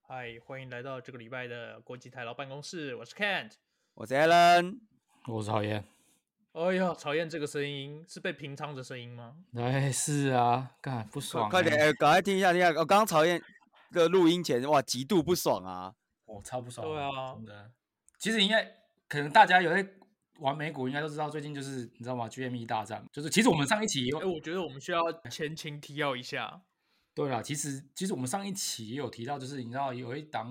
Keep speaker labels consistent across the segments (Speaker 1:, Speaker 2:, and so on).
Speaker 1: 嗨，欢迎来到这个礼拜的国际台劳办公室，我是 Kent。
Speaker 2: 我是 Alan，
Speaker 3: 我是讨厌，
Speaker 1: 哎呀，讨厌这个声音，是被平常的声音吗？
Speaker 3: 哎，是啊，干不
Speaker 2: 快
Speaker 3: 爽、啊
Speaker 2: 快点，哎、
Speaker 4: 欸
Speaker 2: 赶快听一下，听一下。我刚刚讨厌的录音前，哇，极度不爽啊！
Speaker 4: 我、哦超不爽
Speaker 1: 对
Speaker 4: 的，
Speaker 1: 啊
Speaker 4: 真的。其实应该可能大家有在玩美股，应该都知道最近就是你知道吗？GME 大战，就是其实我们上一期也
Speaker 1: 哎，
Speaker 4: 有
Speaker 1: 我觉得我们需要前情提要一下。
Speaker 4: 对啦，其实其实我们上一期也有提到，就是你知道有一档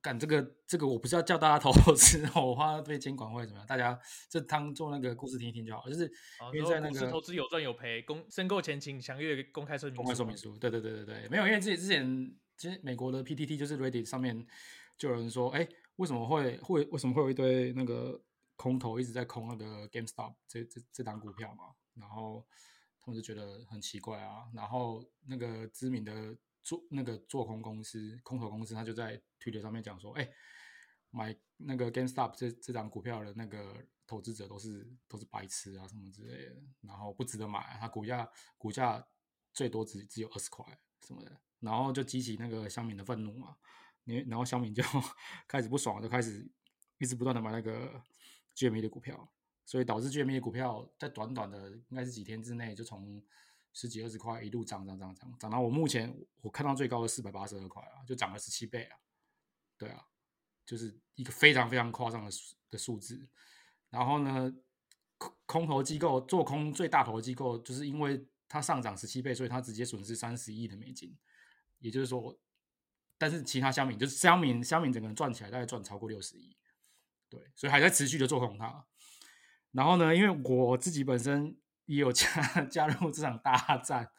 Speaker 4: 干这个这个，我不是要叫大家投资 哦，我怕被监管会怎么样？大家这当做那个故事听一听就好，就是
Speaker 1: 啊，
Speaker 4: 因为
Speaker 1: 说
Speaker 4: 在那
Speaker 1: 股市
Speaker 4: 个
Speaker 1: 投资有赚有赔，公申购前请详阅公开说明
Speaker 4: 公开说
Speaker 1: 吗
Speaker 4: 明书，对对对对对，没有，因为之前之前其实美国的 PTT 就是 Reddit 上面就有人说，哎，为什么会会为什么会有一堆那个空头一直在空那个 GameStop 这这这档股票嘛？然后他们就觉得很奇怪啊。然后那个知名的做那个做空公司空头公司，他就在 Twitter 上面讲说，哎，买那个 GameStop 这这档股票的那个投资者都是都是白痴啊什么之类的，然后不值得买，啊它股价股价最多只只有二十块什么的，然后就激起那个乡民的愤怒嘛，你然后乡民就 开始不爽，就开始一直不断的买那个 GME 的股票，所以导致 GME 的股票在短短的应该是几天之内就从十几二十块一路涨涨涨涨涨到我目前我看到最高的四百八十二块啊，就涨了十七倍啊，对啊，就是一个非常非常夸张的数的数字。然后呢，空空头机构做空最大头的机构，就是因为它上涨十七倍，所以它直接损失三十亿的美金。也就是说，但是其他乡民就是乡民，乡民整个人赚起来大概赚超过六十亿，对，所以还在持续的做空它。然后呢，因为我自己本身也有加 加入这场大战，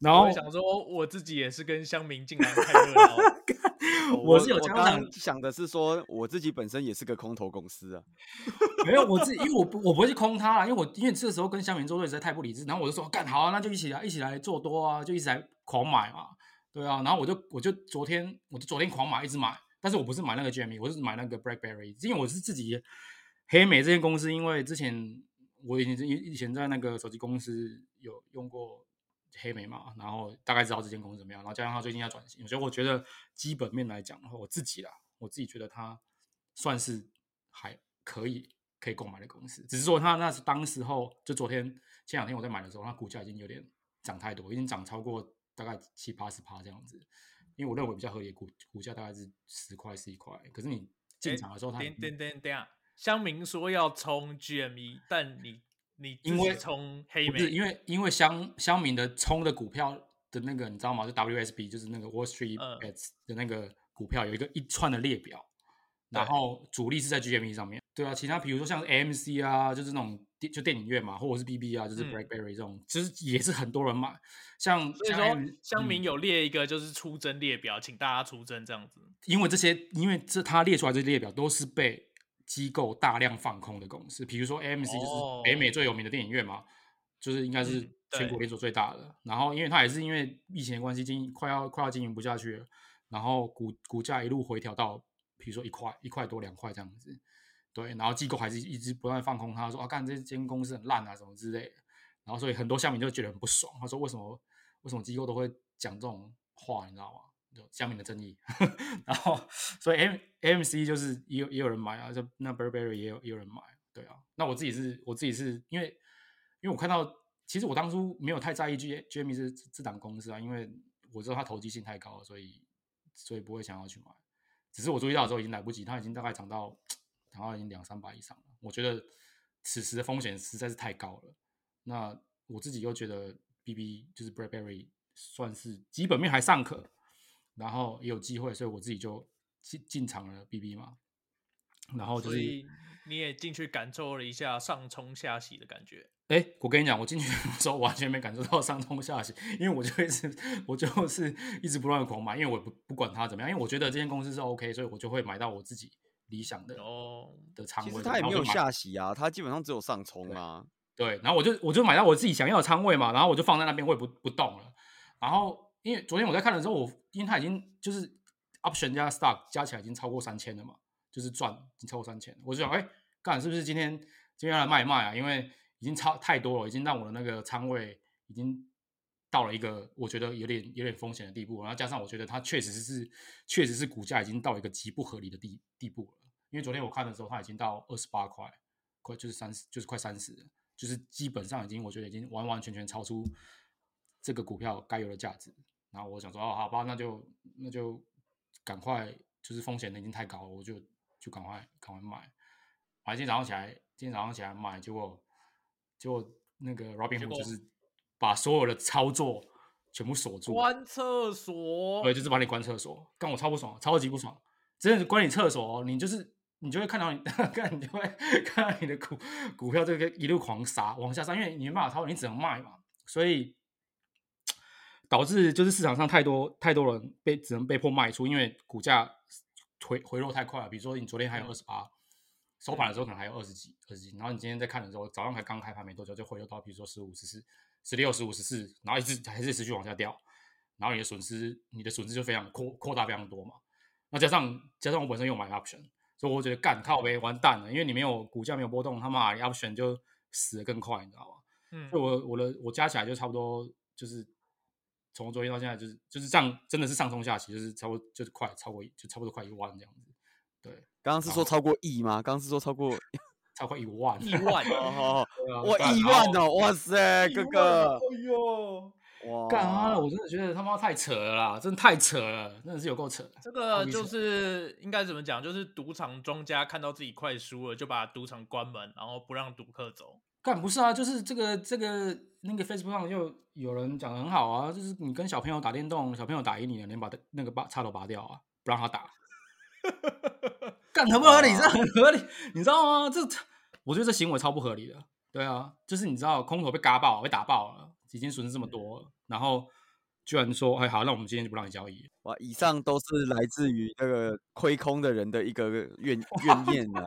Speaker 4: 然
Speaker 1: 我
Speaker 4: 后
Speaker 1: 会想说，我自己也是跟乡民进来看热闹。
Speaker 4: 我是有
Speaker 2: 我
Speaker 4: 加入这
Speaker 2: 刚
Speaker 4: 场
Speaker 2: 刚想的是说，我自己本身也是个空头公司啊。
Speaker 4: 没有，我自己因为我不我不会去空它啦，因为我因为这时候跟香民做对实在太不理智，然后我就说干好啊，那就一起来一起来做多啊，就一直来狂买嘛，对啊，然后我就我就昨天我就昨天狂买一直买，但是我不是买那个 Jamie，我是买那个 BlackBerry，因为我是自己黑莓这间公司，因为之前我以前以前在那个手机公司有用过黑莓嘛，然后大概知道这间公司怎么样，然后加上它最近要转型，所以我觉得基本面来讲的话，我自己啦，我自己觉得它算是还可以可以购买的公司，只是说它那是当时候就昨天前两天我在买的时候，它股价已经有点涨太多，已经涨超过大概七八十趴这样子，因为我认为比较合理的股股价大概是十块十一块，可是你进
Speaker 1: 哎
Speaker 4: 场的时候它已
Speaker 1: 等
Speaker 4: 经
Speaker 1: 等等等下，乡民说要冲 GME，但你你自
Speaker 4: 因
Speaker 1: 己
Speaker 4: 为
Speaker 1: 冲黑
Speaker 4: 不是
Speaker 1: 莓，
Speaker 4: 因为因为乡乡民的冲的股票的那个你知道吗？就 WSB 就是那个 Wall Street
Speaker 1: 嗯
Speaker 4: Bets 的那个股票有一个一串的列表，然
Speaker 1: 对
Speaker 4: 后主力是在 GME 上面。对啊，其他比如说像 AMC 啊，就是那种电就电影院嘛，或者是 BB 啊，就是
Speaker 1: 嗯
Speaker 4: BlackBerry 这种，其实也是很多人买。像
Speaker 1: 所以
Speaker 4: 像
Speaker 1: 说
Speaker 4: AM
Speaker 1: 乡
Speaker 4: 嗯
Speaker 1: 民有列一个就是出征列表，请大家出征这样子。
Speaker 4: 因为这些，因为这他列出来这些列表都是被机构大量放空的公司，比如说 AMC 就是北美最有名的电影院嘛，就是应该是
Speaker 1: 哦嗯
Speaker 4: 全国
Speaker 1: 对
Speaker 4: 连锁最大的。然后，因为它也是因为疫情的关系，经营快要快要经营不下去了，然后股股价一路回调到，比如说一块一块多两块这样子，对，然后机构还是一直不断地放空它，说啊，干这间公司很烂啊，什么之类的。然后所以很多下面就觉得很不爽，他说为什么为什么机构都会讲这种话，你知道吗？就下面的争议， 然后所以 M M C 就是也有也有人买啊，就那 Burberry 也有也有人买，对啊。那我自己是我自己是因为因为我看到，其实我当初没有太在意 G G M 是这档公司啊，因为我知道它投机性太高了，所以所以不会想要去买。只是我注意到的时候已经来不及，它已经大概涨到涨到已经两三百以上了。我觉得此时的风险实在是太高了。那我自己又觉得 B B 就是 BlackBerry 算是基本面还尚可，然后也有机会，所以我自己就进进场了 B B 嘛。然哦后就
Speaker 1: 所
Speaker 4: 是
Speaker 1: 以你也进去感受了一下上冲下洗的感觉。
Speaker 4: 哎、我跟你讲，我进去的时候完全没感受到上冲下洗，因为我就一直，我就是一直不断的狂买，因为我也不不管它怎么样，因为我觉得这间公司是 OK，所以我就会买到我自己理想的
Speaker 1: 哦，
Speaker 4: 的仓
Speaker 2: 其
Speaker 4: 位。
Speaker 2: 实他也
Speaker 4: 然后
Speaker 2: 没
Speaker 4: 就
Speaker 2: 有
Speaker 4: 买
Speaker 2: 下洗啊，他基本上只有上冲啊。
Speaker 4: 对，然后我就我就买到我自己想要的仓位嘛，然后我就放在那边，我也不不动了。然后因为昨天我在看的时候，我因为它已经就是 option 加 stock 加起来已经超过三千了嘛，就是赚已经超过三千，我就想哎，干是不是今天今天要来卖一卖啊？因为已经超太多了，已经让我的那个仓位已经到了一个我觉得有点有点风险的地步，然后加上我觉得它确实是确实是股价已经到一个极不合理的地地步了。因为昨天我看的时候，它已经到二十八块，快就是三十，就是快三十了，就是基本上已经我觉得已经完完全全超出这个股票该有的价值。然后我想说，哦，好吧，那就那就赶快，就是风险已经太高了，我就就赶快赶快买。啊，今天早上起来，今天早上起来买，结果结果那个 Robin
Speaker 1: 结
Speaker 4: Hood
Speaker 1: 果
Speaker 4: 就是把所有的操作全部锁住，
Speaker 1: 关厕所
Speaker 4: 对，，就是把你关厕所，干我超不爽，超级不爽，真的是关你厕所、哦，你就是你就会看到你， 看你就会看到你的股股票这个一路狂杀往下杀，因为你没办法操作，你只能卖嘛，所以导致就是市场上太多太多人被只能被迫卖出，因为股价回回落太快了。比如说你昨天还有二十八，收盘的时候可能还有二十几、二十几，然后你今天在看的时候，早上才刚开盘没多久就回落到比如说十五、十四、十六、十五、十四，然后一直还是持续往下掉，然后你的损失你的损失就非常扩扩大非常多嘛。那加上加上我本身有买 option，所以我觉得干靠呗，完蛋了，因为你没有股价没有波动，他妈的 option 就死的更快，你知道吗？
Speaker 1: 嗯
Speaker 4: 所以我我的我加起来就差不多就是从昨天到现在就是就是这样，真的是上冲下起，就是差不多就是快超过一就差不多快一万这样子，对，
Speaker 2: 刚刚是说超过亿吗？刚刚是说超 过，
Speaker 4: 超过一万，
Speaker 1: 亿 万
Speaker 2: 哦好，哦
Speaker 4: 对啊
Speaker 2: 哇
Speaker 4: 干
Speaker 2: 亿
Speaker 4: 然
Speaker 2: 万
Speaker 4: 后
Speaker 2: 哦，哇塞，哥哥，
Speaker 1: 哎呦，
Speaker 2: 哇，
Speaker 4: 哦干妈的，我真的觉得他妈太扯了啦，真的太扯了，真的是有够扯的。
Speaker 1: 这个
Speaker 4: 哦意
Speaker 1: 就
Speaker 4: 思
Speaker 1: 是应该怎么讲？就是赌场庄家看到自己快输了，就把赌场关门，然后不让赌客走。
Speaker 4: 干不是啊，就是这个这个那个 Facebook 上就有人讲的很好啊，就是你跟小朋友打电动，小朋友打赢你了，你把那个拔插头拔掉啊，不让他打，干合不合理？这很合理，你知道吗？这我觉得这行为超不合理的。对啊，就是你知道空头被嘎爆，被打爆了，已经损失这么多了，然后居然说，哎，好，那我们今天就不让你交易。
Speaker 2: 哇，以上都是来自于那个亏空的人的一个 怨怨念啊。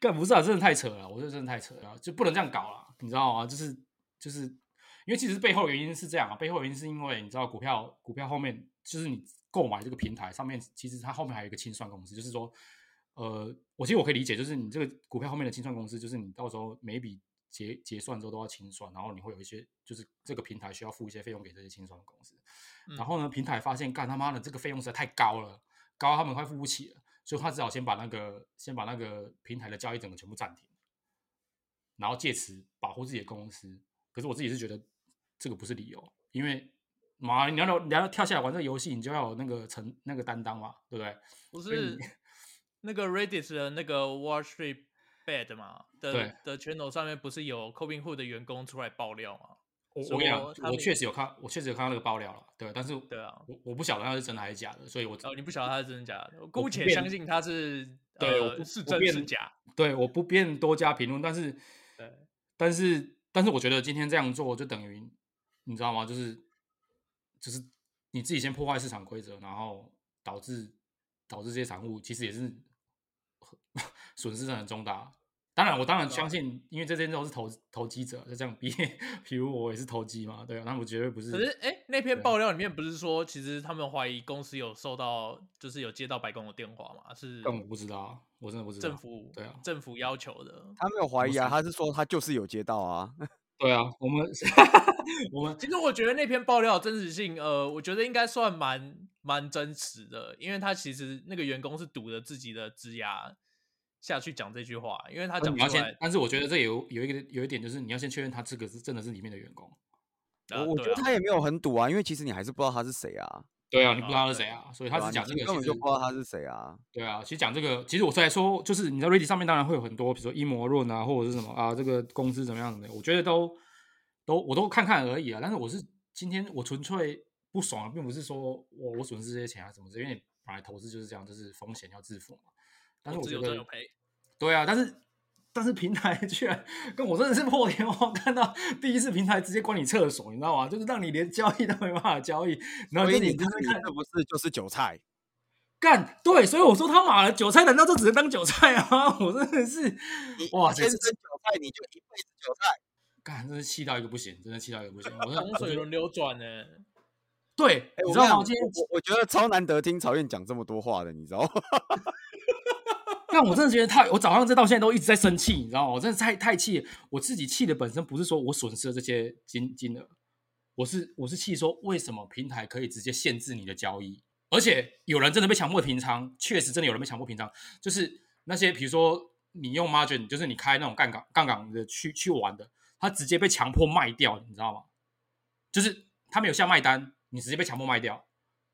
Speaker 4: 干不是啊，真的太扯了，我觉得真的太扯了，就不能这样搞了，你知道吗？就是就是，因为其实背后原因是这样啊，背后原因是因为你知道股票股票后面就是你购买这个平台上面，其实它后面还有一个清算公司，就是说，呃，我其实我可以理解，就是你这个股票后面的清算公司，就是你到时候每一笔结结算之后都要清算，然后你会有一些就是这个平台需要付一些费用给这些清算公司，
Speaker 1: 嗯
Speaker 4: 然后呢，平台发现干他妈的这个费用实在太高了，高到他们快付不起了，所以他只好先把那个先把那个平台的交易整个全部暂停，然后借此保护自己的公司。可是我自己是觉得这个不是理由，因为妈你要聊你要跳下来玩这个游戏，你就要有那个承那个担当嘛，对不对？
Speaker 1: 不
Speaker 4: 所以
Speaker 1: 是那个 Redis 的那个 Wall Street Bed 嘛的
Speaker 4: 对
Speaker 1: 的 channel 上面不是有 Cobin Hood 的员工出来爆料吗？
Speaker 4: 我
Speaker 1: 所
Speaker 4: 我跟你
Speaker 1: 以
Speaker 4: 讲
Speaker 1: 我，他
Speaker 4: 我
Speaker 1: 们
Speaker 4: 确实有看，我确实有看到那个爆料了，对，但是
Speaker 1: 对啊
Speaker 4: 我我不晓得那是真的还是假的，所以我
Speaker 1: 哦，你不晓得他是真的假的，我姑且
Speaker 4: 便
Speaker 1: 相信他是
Speaker 4: 对我
Speaker 1: 呃
Speaker 4: 不
Speaker 1: 是
Speaker 4: 我
Speaker 1: 真
Speaker 4: 便
Speaker 1: 是假。
Speaker 4: 对，我不便多加评论，但是，
Speaker 1: 对，
Speaker 4: 但是，但是，我觉得今天这样做就等于，你知道吗？就是，就是你自己先破坏市场规则，然后导致导致这些散户其实也是损失是很重大。当然，我当然
Speaker 1: 啊
Speaker 4: 相信，因为这些都是投投机者，就这样比， 比如我也是投机嘛，对啊，那我绝对不是。
Speaker 1: 可是，哎、那篇
Speaker 4: 对啊
Speaker 1: 爆料里面不是说，其实他们怀疑公司有收到，就是有接到白宫的电话嘛？是
Speaker 4: 但我不知道，啊我真的不知道。
Speaker 1: 政府
Speaker 4: 对啊
Speaker 1: 政府要求的。
Speaker 2: 他没有怀
Speaker 4: 不
Speaker 2: 疑啊，
Speaker 4: 是
Speaker 2: 他是说他就是有接到啊。
Speaker 4: 对啊，我们 我们
Speaker 1: 其实我觉得那篇爆料的真实性，呃，我觉得应该算蛮蛮真实的，因为他其实那个员工是赌着自己的职涯下去讲这句话，因为他
Speaker 4: 但
Speaker 1: 讲
Speaker 4: 哦你要
Speaker 1: 出
Speaker 4: 先
Speaker 1: 来，，
Speaker 4: 但是我觉得这有有一个有一点就是你要先确认他这个是真的是里面的员工。
Speaker 1: 呃
Speaker 2: 我我觉
Speaker 1: 对
Speaker 2: 得
Speaker 1: 啊
Speaker 2: 他也没有很赌啊，因为其实你还是不知道他是谁啊，
Speaker 4: 对啊，你不知
Speaker 1: 啊
Speaker 4: 道他是
Speaker 1: 对
Speaker 4: 谁啊，所以
Speaker 2: 对
Speaker 4: 他
Speaker 2: 吧
Speaker 4: 只讲
Speaker 2: 你
Speaker 4: 这
Speaker 2: 其实
Speaker 4: 个
Speaker 2: 根
Speaker 4: 其
Speaker 2: 本就
Speaker 4: 实
Speaker 2: 不知道他是谁 啊。
Speaker 4: 对啊，其实讲这个，其实我是来说，就是你在 Reddit 上面当然会有很多，比如说阴谋论啊，或者是什么啊，这个公司怎么样怎么样，我觉得都都我都看看而已啊。但是我是今天我纯粹不爽，并不是说我我损失这些钱啊什么之类，因为你本来投资就是这样，就是风险要自负嘛。但是
Speaker 1: 投
Speaker 4: 我
Speaker 1: 资
Speaker 4: 觉
Speaker 1: 有赚有
Speaker 4: 得，
Speaker 1: 赔，
Speaker 4: 对啊，但是但是平台 居然跟我真的是破天荒看到第一次平台直接关你厕所，你知道吗？就是让你连交易都没办法交易，然后
Speaker 2: 所
Speaker 4: 就
Speaker 2: 以
Speaker 4: 你
Speaker 2: 你
Speaker 4: 就
Speaker 2: 就是是你
Speaker 4: 看
Speaker 2: 是不是就是韭菜？
Speaker 4: 干对，所以我说他妈的韭菜，难道就只能当韭菜啊？ 我真的是
Speaker 2: 你
Speaker 4: 哇
Speaker 2: 你
Speaker 4: 这
Speaker 2: 天
Speaker 4: 是
Speaker 2: 生韭菜，你就一辈子韭 菜。
Speaker 4: 干，真是气到一个不行，真的气到一个不行。 我真的
Speaker 1: 洪
Speaker 4: 我
Speaker 1: 水
Speaker 4: 觉得
Speaker 1: 轮流转呢、
Speaker 4: 对，
Speaker 2: 哎
Speaker 4: 你
Speaker 2: 我
Speaker 4: 知
Speaker 2: 跟你
Speaker 4: 道吗？
Speaker 2: 讲
Speaker 4: 我今天
Speaker 2: 我我觉得超难得听曹燕讲这么多话的，你知道吗？
Speaker 4: 但我真的觉得太，我早上这到现在都一直在生气，你知道吗？我真的太太气了，我自己气的本身不是说我损失了这些金金额，我是我是气说，为什么平台可以直接限制你的交易？而且有人真的被强迫平仓，确实真的有人被强迫平仓，就是那些比如说你用 margin，就是你开那种杠杆杠杆的去去玩的，他直接被强迫卖掉，你知道吗？就是他没有下卖单，你直接被强迫卖掉，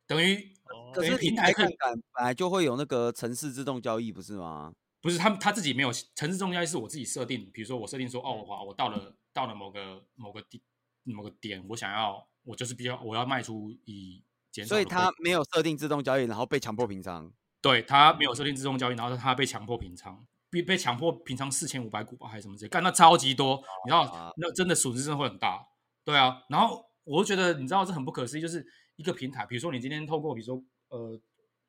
Speaker 4: 等于
Speaker 1: 哦
Speaker 2: 可
Speaker 4: 对
Speaker 2: 是
Speaker 4: 平
Speaker 2: 你
Speaker 4: 台
Speaker 2: 开
Speaker 4: 哎可以
Speaker 2: 杠杆本来就会有那个城市自动交易，不是吗？
Speaker 4: 不是他们他自己没有城市中交易是我自己设定，比如说我设定说
Speaker 2: 嗯
Speaker 4: 哦，我我到了到了某个某个地某个点，我想要我就是比较我要卖出以减少
Speaker 2: 所
Speaker 4: 的
Speaker 2: 以
Speaker 4: 规，
Speaker 2: 他没有设定自动交易，然后被强迫平仓。
Speaker 4: 对他没有设定自动交易，然后他被强迫平仓，被被强迫平仓四千五百股吧还是什么之类，干那超级多，你知道那真的损失真的会很大，对啊，然后我就觉得你知道这很不可思议，就是一个平台，比如说你今天透过比如说呃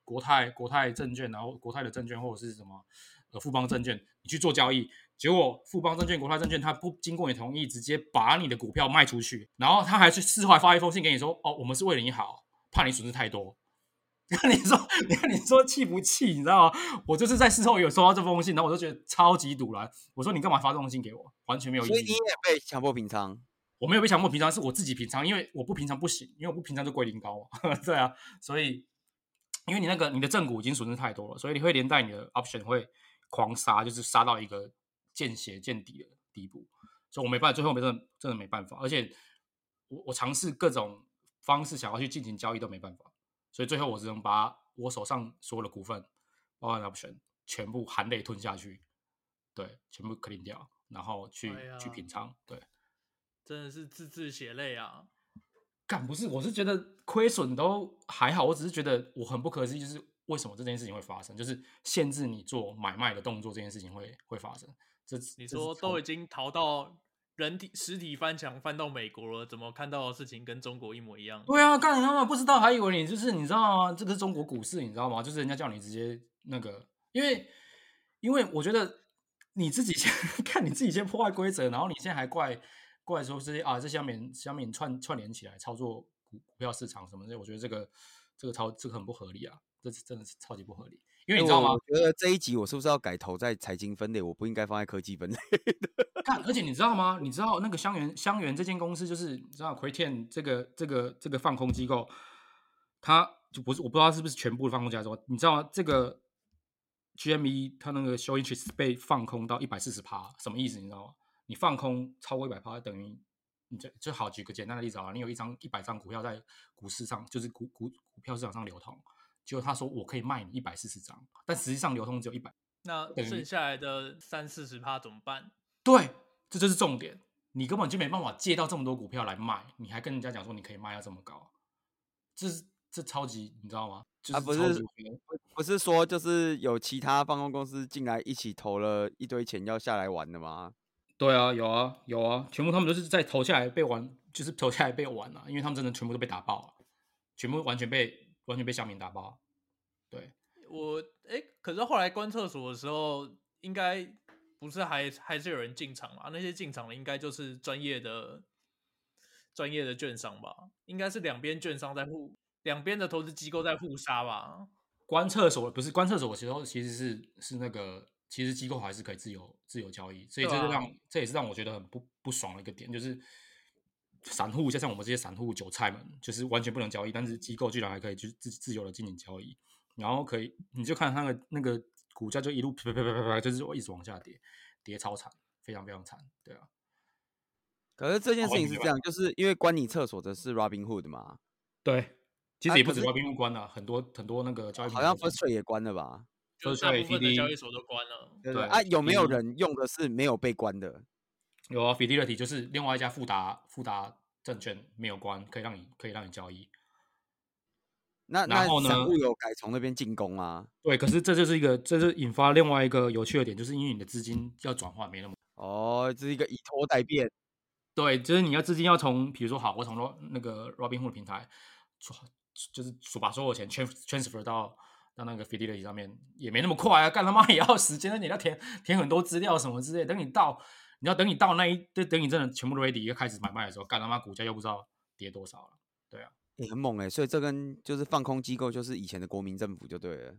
Speaker 4: 国泰国泰证券，然后国泰的证券或者是什么呃富邦证券，你去做交易，结果富邦证券、国泰证券它不经过你同意，直接把你的股票卖出去，然后他还去事后还发一封信给你说，哦，我们是为了你好，怕你损失太多。 那你说， 你看你说气不气？你知道吗？我就是在事后有收到这封信，然后我就觉得超级堵然。我说你干嘛发这封信给我？完全没有意义。
Speaker 2: 所以你也被强迫平仓。
Speaker 4: 我没有被强迫平常，是我自己平常，因为我不平常不行，因为我不平常就归零高嘛。 对啊，所以因为你那个你的正股已经损失太多了，所以你会连带你的 option 会狂杀，就是杀到一个见血见底的地步。所以我没办法，最后没真的真的没办法，而且我我尝试各种方式想要去进行交易都没办法，所以最后我只能把我手上所有的股份，包含 option 全部含泪吞下去，对，全部 clean 掉，然后去、
Speaker 1: 哎呀
Speaker 4: 去平仓，对。
Speaker 1: 真的是字字血泪啊！
Speaker 4: 干不是，我是觉得亏损都还好，我只是觉得我很不可思议，就是为什么这件事情会发生，就是限制你做买卖的动作这件事情会会发生。这
Speaker 1: 你
Speaker 4: 这是
Speaker 1: 说
Speaker 4: 超
Speaker 1: 都已经逃到人体实体翻墙翻到美国了，怎么看到的事情跟中国一模一样？
Speaker 4: 对啊，干你他妈不知道，还以为你就是你知道吗？这个是中国股市，你知道吗？就是人家叫你直接那个，因为因为我觉得你自己先 看你自己先破坏规则，然后你现在还怪怪说这些啊这下面下面串串联起来操作股股票市场什么的，我觉得这个这个超这个很不合理啊，这是真的是超级不合理。因为你知道
Speaker 2: 哎我
Speaker 4: 吗？
Speaker 2: 我觉得这一集我是不是要改投在财经分类？我不应该放在科技分类。
Speaker 4: 看，而且你知道吗？你知道那个香源香源这间公司，就是你知道奎天这个这个这个放空机构，它就不是我不知道是不是全部的放空家族，你知道这个 GME 它那个 show interest 被放空到一百四十趴，什么意思？你知道吗？你放空超过一百趴，等于你这就好举个简单的例子啊，你有一张一百张股票在股市上，就是股股股票市场上流通，结果他说我可以卖你一百四十张，但实际上流通只有一百。
Speaker 1: 那
Speaker 4: 等于
Speaker 1: 剩下来的三四十趴怎么办？
Speaker 4: 对，这就是重点。你根本就没办法借到这么多股票来卖，你还跟人家讲说你可以卖到这么高，这是这超级，你知道吗？就是
Speaker 2: 啊不
Speaker 4: 超
Speaker 2: 是
Speaker 4: 级无聊
Speaker 2: 不是说就是有其他放空公司进来一起投了一堆钱要下来玩的吗？
Speaker 4: 对啊，有啊，有啊，全部他们都是在投下来被玩，就是投下来被玩了、因为他们真的全部都被打爆了，全部完全被完全被小民打爆。啊对，
Speaker 1: 我哎、可是后来关厕所的时候，应该不是还还是有人进场嘛？那些进场的应该就是专业的专业的券商吧？应该是两边券商在互，两边的投资机构在互杀吧？
Speaker 4: 关厕所不是关厕所，其实其实是是那个，其实机构还是可以自由自由交易，所以这
Speaker 1: 对
Speaker 4: 是
Speaker 1: 啊
Speaker 4: 让、这也是让我觉得很不不爽的一个点，就是散户，就像我们这些散户韭菜们，就是完全不能交易，但是机构居然还可以就是自自由的进行交易，然后可以你就看它的那个股价就一路啪啪啪啪啪，就是一直往下跌，跌超惨，非常非常惨，对啊，
Speaker 2: 可是这件
Speaker 4: 哦
Speaker 2: 事
Speaker 4: 我
Speaker 2: 情
Speaker 4: 明
Speaker 2: 是
Speaker 4: 白
Speaker 2: 这样，就是因为关你厕所的是 Robinhood 嘛，
Speaker 4: 对，其
Speaker 2: 啊
Speaker 4: 实也
Speaker 2: 可
Speaker 4: 不止
Speaker 2: 是
Speaker 4: 外宾入关了、很多很多那个交易平
Speaker 2: 好
Speaker 4: 台
Speaker 2: 像
Speaker 4: 都
Speaker 2: First Trade 也关了吧？
Speaker 1: 就
Speaker 4: 就是
Speaker 1: 大部
Speaker 4: 在
Speaker 1: 分的交
Speaker 4: FD
Speaker 1: 易所都关了。
Speaker 2: 对
Speaker 4: 对
Speaker 2: 啊，有没有
Speaker 4: 嗯
Speaker 2: 人用的是没有被关的？
Speaker 4: 有啊，Fidelity 就是另外一家富达富达证券没有关，可以让你可以让你交易。
Speaker 2: 那
Speaker 4: 然
Speaker 2: 那
Speaker 4: 后呢
Speaker 2: 散户有改从那边进攻啊？
Speaker 4: 对，可是这就是一个，这就引发另外一个有趣的点，就是因为你的资金要转换没那么
Speaker 2: 哦，这是一个以拖代变。
Speaker 4: 对，就是你要资金要从，比如说好，我从 Ro- 那个 Robinhood 平台转，就是把所有钱 trans- transfer 到到那个 Fidelity 上面，也没那么快啊，干他妈也要时间，而且你要填填很多资料什么之类，等你到你要等你到那一，等等你真的全部 ready 要开始买卖的时候，干他妈股价又不知道跌多少了。
Speaker 2: 也、很猛哎、所以这跟就是放空机构就是以前的国民政府就对了。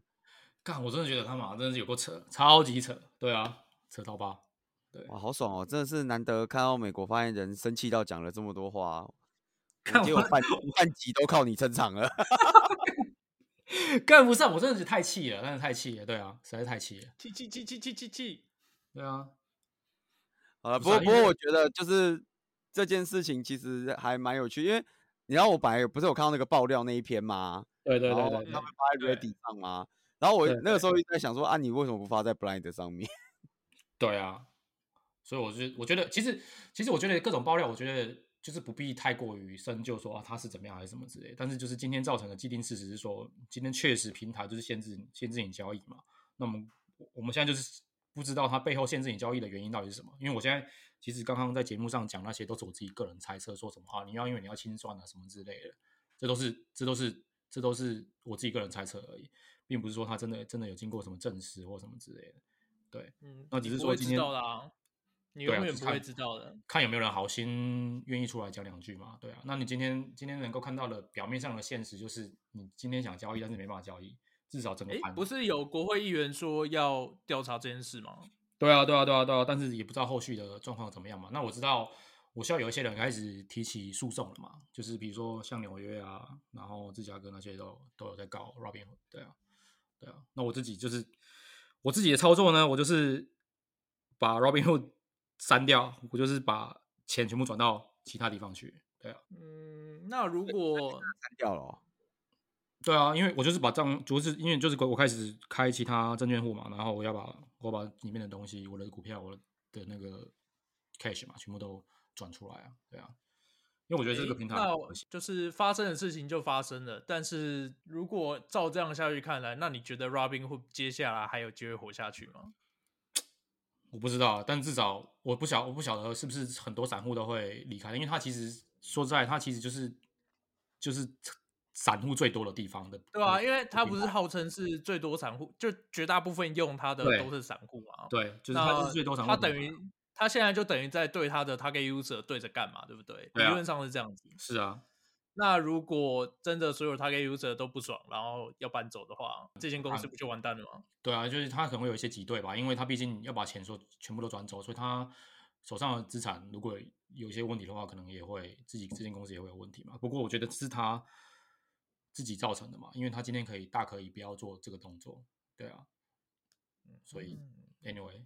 Speaker 4: 干，我真的觉得他妈真的是有够扯，超级扯，对啊，扯到爆。对
Speaker 2: 哇，好爽哦！真的是难得看到美国发言人生气到讲了这么多话，
Speaker 4: 看
Speaker 2: 结
Speaker 4: 我
Speaker 2: 果半半集都靠你撑场了。
Speaker 4: 干不上，我真的是太气了，真的太气了，对啊，实在是太气了，
Speaker 1: 气气气气气气气，
Speaker 4: 对啊，
Speaker 2: 好了，
Speaker 4: 不
Speaker 2: 不过
Speaker 4: 是啊
Speaker 2: 不
Speaker 4: 因
Speaker 2: 过
Speaker 4: 为
Speaker 2: 我觉得就是这件事情其实还蛮有趣，因为你知道我本来不是有看到那个爆料那一篇吗？
Speaker 4: 对对
Speaker 2: 然
Speaker 4: 对
Speaker 2: 后
Speaker 4: 对
Speaker 2: 他
Speaker 4: 对
Speaker 2: 们发在
Speaker 1: 对
Speaker 2: Reddit 上吗？然后我
Speaker 4: 对
Speaker 2: 那个时候一直在想说啊，你为什么不发在 Blind 上面？
Speaker 4: 对啊，所以我觉得我觉得其实其实我觉得各种爆料，我觉得就是不必太过于深究说啊他是怎么样还是什么之类的，但是就是今天造成的既定事实是说，今天确实平台就是限制你限制你交易嘛，那么我我们现在就是不知道它背后限制你交易的原因到底是什么。因为我现在其实刚刚在节目上讲那些都是我自己个人猜测，说什么啊你要因为你要清算啊什么之类的，这都是这都是这都是我自己个人猜测而已，并不是说它真的真的有经过什么证实或什么之类的。对，
Speaker 1: 嗯，
Speaker 4: 那
Speaker 1: 你
Speaker 4: 只是
Speaker 1: 不
Speaker 4: 说
Speaker 1: 会
Speaker 4: 今
Speaker 1: 知
Speaker 4: 天
Speaker 1: 道的啊，你
Speaker 4: 对啊
Speaker 1: 永远
Speaker 4: 只
Speaker 1: 不
Speaker 4: 看
Speaker 1: 会知道的。
Speaker 4: 看有没有人好心愿意出来讲两句嘛？对啊，那你今天今天能够看到的表面上的现实，就是你今天想交易，但是没办法交易，至少整个
Speaker 1: 诶，
Speaker 4: 盘
Speaker 1: 不是有国会议员说要调查这件事吗？
Speaker 4: 对啊，对啊，对啊，对啊，但是也不知道后续的状况怎么样嘛。那我知道，我知道有一些人开始提起诉讼了嘛，就是比如说像纽约啊，然后芝加哥那些都都有在告 Robinhood，对啊，对啊。那我自己就是我自己的操作呢，我就是把 Robinhood 删掉，我就是把钱全部转到其他地方去，对啊。
Speaker 1: 嗯，那如果
Speaker 2: 删掉了哦、
Speaker 4: 对啊，因为我就是把账，就是因为就是我开始开其他证券户嘛，然后我要把我把里面的东西，我的股票，我的那个 cash 嘛，全部都转出来啊，对啊，因为我觉得这个
Speaker 1: 诶
Speaker 4: 平台
Speaker 1: 那就是发生的事情就发生了，但是如果照这样下去看来，那你觉得 Robin 会接下来还有机会活下去吗？
Speaker 4: 我不知道，但至少我不晓我不晓得是不是很多散户都会离开，因为它其实说实在，它其实就是就是散户最多的地方的，
Speaker 1: 对啊，因为他
Speaker 4: 平
Speaker 1: 不是
Speaker 4: 台
Speaker 1: 号称是最多散户，就绝大部分用他的
Speaker 4: 对
Speaker 1: 都是散户嘛。
Speaker 4: 对，就是
Speaker 1: 那
Speaker 4: 它是最多散户
Speaker 1: 他
Speaker 4: 的平
Speaker 1: 等
Speaker 4: 台，
Speaker 1: 于他现在就等于在对他的 target user 对着干嘛，对不对？
Speaker 4: 对啊
Speaker 1: 理论上是这样子。
Speaker 4: 是啊，
Speaker 1: 那如果真的所有 target user 都不爽，然后要搬走的话，这间
Speaker 4: 啊
Speaker 1: 公司不就完蛋了吗？
Speaker 4: 对啊，就是他可能会有一些挤兑吧，因为他毕竟要把钱说全部都转走，所以他手上的资产如果有一些问题的话，可能也会自己这间公司也会有问题嘛。不过我觉得是他自己造成的嘛，因为他今天可以大可以不要做这个动作，对啊。所以
Speaker 1: 嗯
Speaker 4: anyway，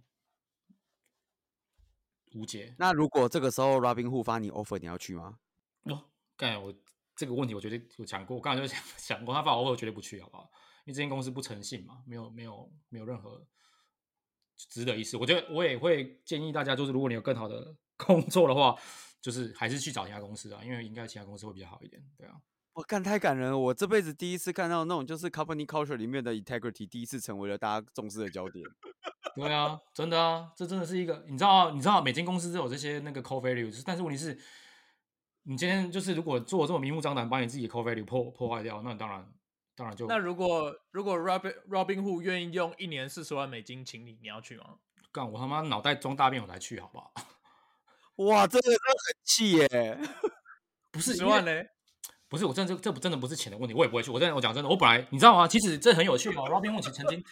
Speaker 4: 无解。
Speaker 2: 那如果这个时候 Robin Hood 发你 offer，你要去吗？
Speaker 4: 哇，刚才哦我这个问题，我觉得有讲过，我刚才就想 想过，他发我我绝对不去，好不好？因为这间公司不诚信嘛，没有没有没有任何值得一试。我觉得我也会建议大家，就是如果你有更好的工作的话，就是还是去找其他公司啊，因为应该其他公司会比较好一点，对啊。
Speaker 2: 我干太感人了！我这辈子第一次看到那种就是 company culture 里面的 integrity，第一次成为了大家重视的焦点。
Speaker 4: 对啊，真的啊，这真的是一个，你知道，啊你知道每间公司都有这些那个 core value，但是问题是，你今天就是如果做得这么明目张胆，把你自己的 core value 破破坏掉，那当然当然就
Speaker 1: 那如果如果 Robin Robin Hood 愿意用一年四十万美金请你，你要去吗？
Speaker 4: 干我他妈脑袋装大便我才去，好不好？
Speaker 2: 哇，这个真的很气耶！
Speaker 4: 不是
Speaker 1: 四十
Speaker 4: 因为
Speaker 1: 万嘞？
Speaker 4: 不是，我真的这这不真的不是钱的问题，我也不会去。我真的我讲真的，我本来你知道吗？其实这很有趣嘛。Robin Hood 其实曾经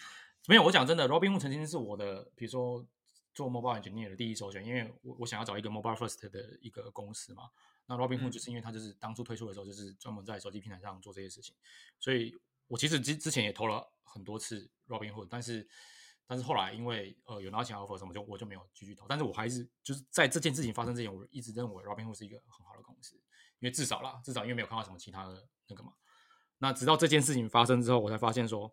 Speaker 4: 没有，我讲真的，Robin Hood 曾经是我的，比如说做 mobile engineer 的第一首选，因为我我想要找一个 mobile first 的一个公司嘛。那 Robin
Speaker 1: 嗯
Speaker 4: Hood 就是因为它就是当初推出的时候，就是专门在手机平台上做这些事情，所以我其实之之前也投了很多次 Robin Hood，但是但是后来因为呃有拿到钱 offer 什么，就我就没有继续投。但是我还是就是在这件事情发生之前，我一直认为 Robin Hood 是一个很好的公司。因为至少啦，至少因为没有看到什么其他的那个嘛。那直到这件事情发生之后，我才发现说，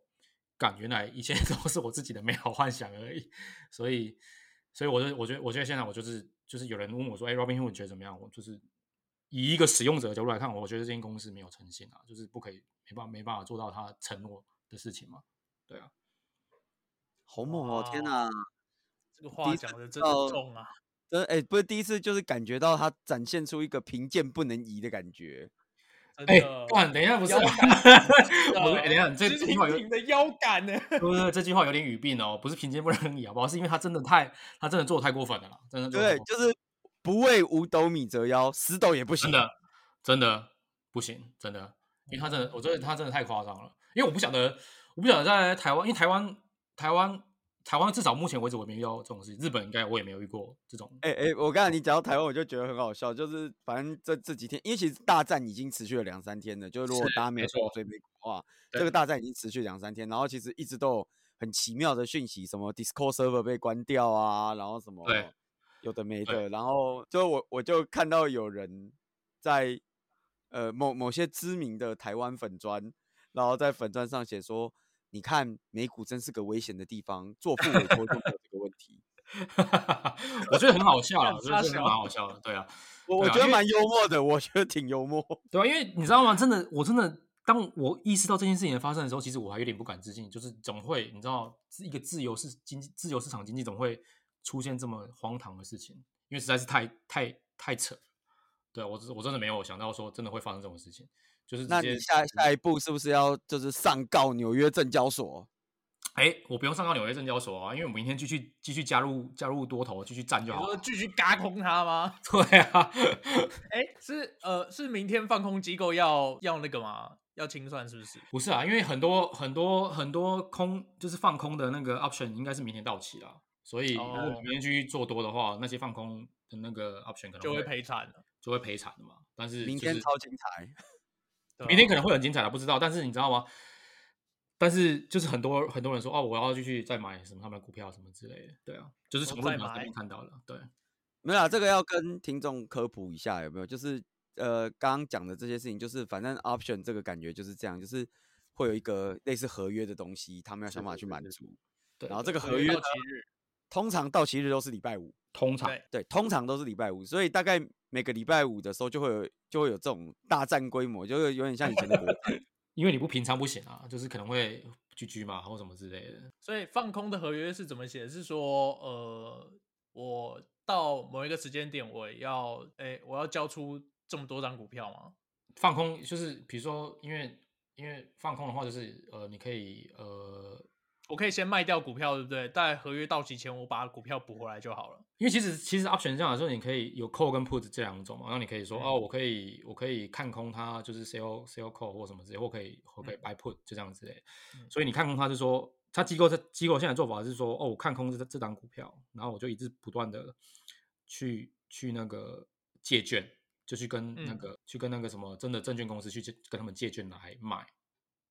Speaker 4: 干，原来一切 都是我自己的美好幻想而已。所以，所以我就我觉得，我觉得现在我就是就是有人问我说，哎、r o b i n Hood 你觉得怎么样？我就是以一个使用者的角度来看，我觉得这间公司没有诚信啊，就是不可以没办法没办法做到他承诺的事情嘛。对啊，
Speaker 2: 好猛哦！天
Speaker 1: 哇
Speaker 2: 哪，
Speaker 1: 这个
Speaker 2: 第
Speaker 1: 话
Speaker 2: 一
Speaker 1: 讲
Speaker 2: 次
Speaker 1: 的
Speaker 2: 知
Speaker 1: 真的
Speaker 2: 道
Speaker 1: 重啊！
Speaker 2: 真哎、不是第一次，就是感觉到他展现出一个贫贱不能移的感觉。
Speaker 1: 真
Speaker 4: 哎、
Speaker 1: 的，
Speaker 4: 干，等一下不是，
Speaker 1: 腰
Speaker 4: 我
Speaker 1: 杆
Speaker 4: 说、哎等一下，你这
Speaker 1: 直
Speaker 4: 这句话有
Speaker 1: 挺挺的腰杆呢。
Speaker 4: 不是这句话有点语病哦，不是贫贱不能移，好不好？是因为他真的太，他真的做的太过分了啦，真的做得太
Speaker 2: 对，
Speaker 4: 过分
Speaker 2: 就是不为五斗米折腰，十斗也不行。
Speaker 4: 真的真的不行，真的，因为他真的，我觉得他真的太夸张了。因为我不晓得，我不晓得在台湾，因为台湾台湾台湾至少目前为止我没遇到这种事情，日本应该我也没有遇过这种。
Speaker 2: 哎、哎、我刚才你讲到台湾，我就觉得很好笑，就是反正这这几天，因为其实大战已经持续了两三天了，就是如果
Speaker 4: 是
Speaker 2: 大家没
Speaker 4: 没
Speaker 2: 有
Speaker 4: 错
Speaker 2: 追美股的话，
Speaker 4: 对
Speaker 2: 这个大战已经持续两三天，然后其实一直都有很奇妙的讯息，什么 Discord server 被关掉啊，然后什么
Speaker 4: 对
Speaker 2: 有的没
Speaker 4: 对
Speaker 2: 的，然后就我我就看到有人在呃某某些知名的台湾粉砖，然后在粉砖上写说，你看美股真是个危险的地方， 做副委托就没有这个问题。
Speaker 4: 我觉得很好笑啦，
Speaker 1: 干
Speaker 4: 我觉得
Speaker 1: 傻
Speaker 4: 真的
Speaker 1: 笑
Speaker 4: 蛮好笑的，对啊，
Speaker 2: 我我
Speaker 4: 对啊
Speaker 2: 觉得
Speaker 4: 因为
Speaker 2: 蛮幽默的，我觉得挺幽默。
Speaker 4: 对啊，因为你知道吗？真的，我真的，当我意识到这件事情的发生的时候，其实我还有点不敢置信，就是总会，你知道，一个自由市经济、自由市场经济总会出现这么荒唐的事情，因为实在是太太太扯了。对啊我真我真的没有想到说真的会发生这种事情，就是直
Speaker 2: 那
Speaker 4: 接
Speaker 2: 你下下一步是不是要就是上告纽约证交所？
Speaker 4: 哎，我不用上到纽约证交所啊，因为我明天继续继续加入加入多头，继续站就
Speaker 1: 你
Speaker 4: 好
Speaker 1: 说
Speaker 4: 了。
Speaker 1: 继续嘎空他吗？
Speaker 4: 对啊，
Speaker 1: 哎、是呃，是明天放空机构要要那个吗？要清算是不是？
Speaker 4: 不是啊，因为很多很多很多空就是放空的那个 option 应该是明天到期啦，所以如果
Speaker 1: 哦
Speaker 4: 你明天去做多的话，那些放空的那个 option 可能
Speaker 1: 就会赔惨了。
Speaker 4: 就会赔惨的嘛。但是、就是、
Speaker 2: 明天超精彩，
Speaker 1: 对啊
Speaker 4: 明天可
Speaker 1: 能
Speaker 4: 能会很精彩的，不知道。但是你知道吗？但是就是很多很多人说哦，我要继续再买什么他们的股票什么之类的，对啊，就是
Speaker 1: 哦
Speaker 4: 从
Speaker 1: 再
Speaker 4: 论坛上
Speaker 1: 买
Speaker 4: 面看到了，对，
Speaker 2: 没有啦，这个要跟听众科普一下，有没有？就是呃，刚刚讲的这些事情，就是反正 option 这个感觉就是这样，就是会有一个类似合约的东西，他们要
Speaker 4: 是
Speaker 2: 想办法
Speaker 4: 是
Speaker 2: 去
Speaker 4: 是
Speaker 2: 满
Speaker 4: 是
Speaker 2: 足。
Speaker 4: 对
Speaker 2: 然后这个
Speaker 4: 对
Speaker 2: 合约
Speaker 1: 到
Speaker 2: 呢
Speaker 1: 期日，
Speaker 2: 通常到期日都是礼拜五，
Speaker 4: 通常
Speaker 1: 对
Speaker 2: 对，通常都是礼拜五，所以大概每个礼拜五的时候就会有就会有这种大战规模，就会有点像以前的国泰
Speaker 4: 因为你不平仓不行啊，就是可能会 GG 嘛或什么之类的，
Speaker 1: 所以放空的合约是怎么写？是说呃，我到某一个时间点，我要哎、我要交出这么多张股票吗？
Speaker 4: 放空就是比如说，因为因为放空的话，就是呃，你可以呃，
Speaker 1: 我可以先卖掉股票，对不对？在合约到期前，我把股票补回来就好了。
Speaker 4: 因为其实其实 option 上来说，你可以有 call 跟 put 这两种嘛，然后你可
Speaker 1: 嗯
Speaker 4: 以说、哦，我可以我可以看空它，就是 sell sell call 或什么之类，或可以或可以 buy put 就这样之类的。
Speaker 1: 嗯
Speaker 4: 所以你看空它就说，它机构这机构现在做法是说，哦，我看空这这档股票，然后我就一直不断的去去那个借券，就去跟那
Speaker 1: 嗯
Speaker 4: 个、去跟那个什么真的证券公司去借跟他们借券来买，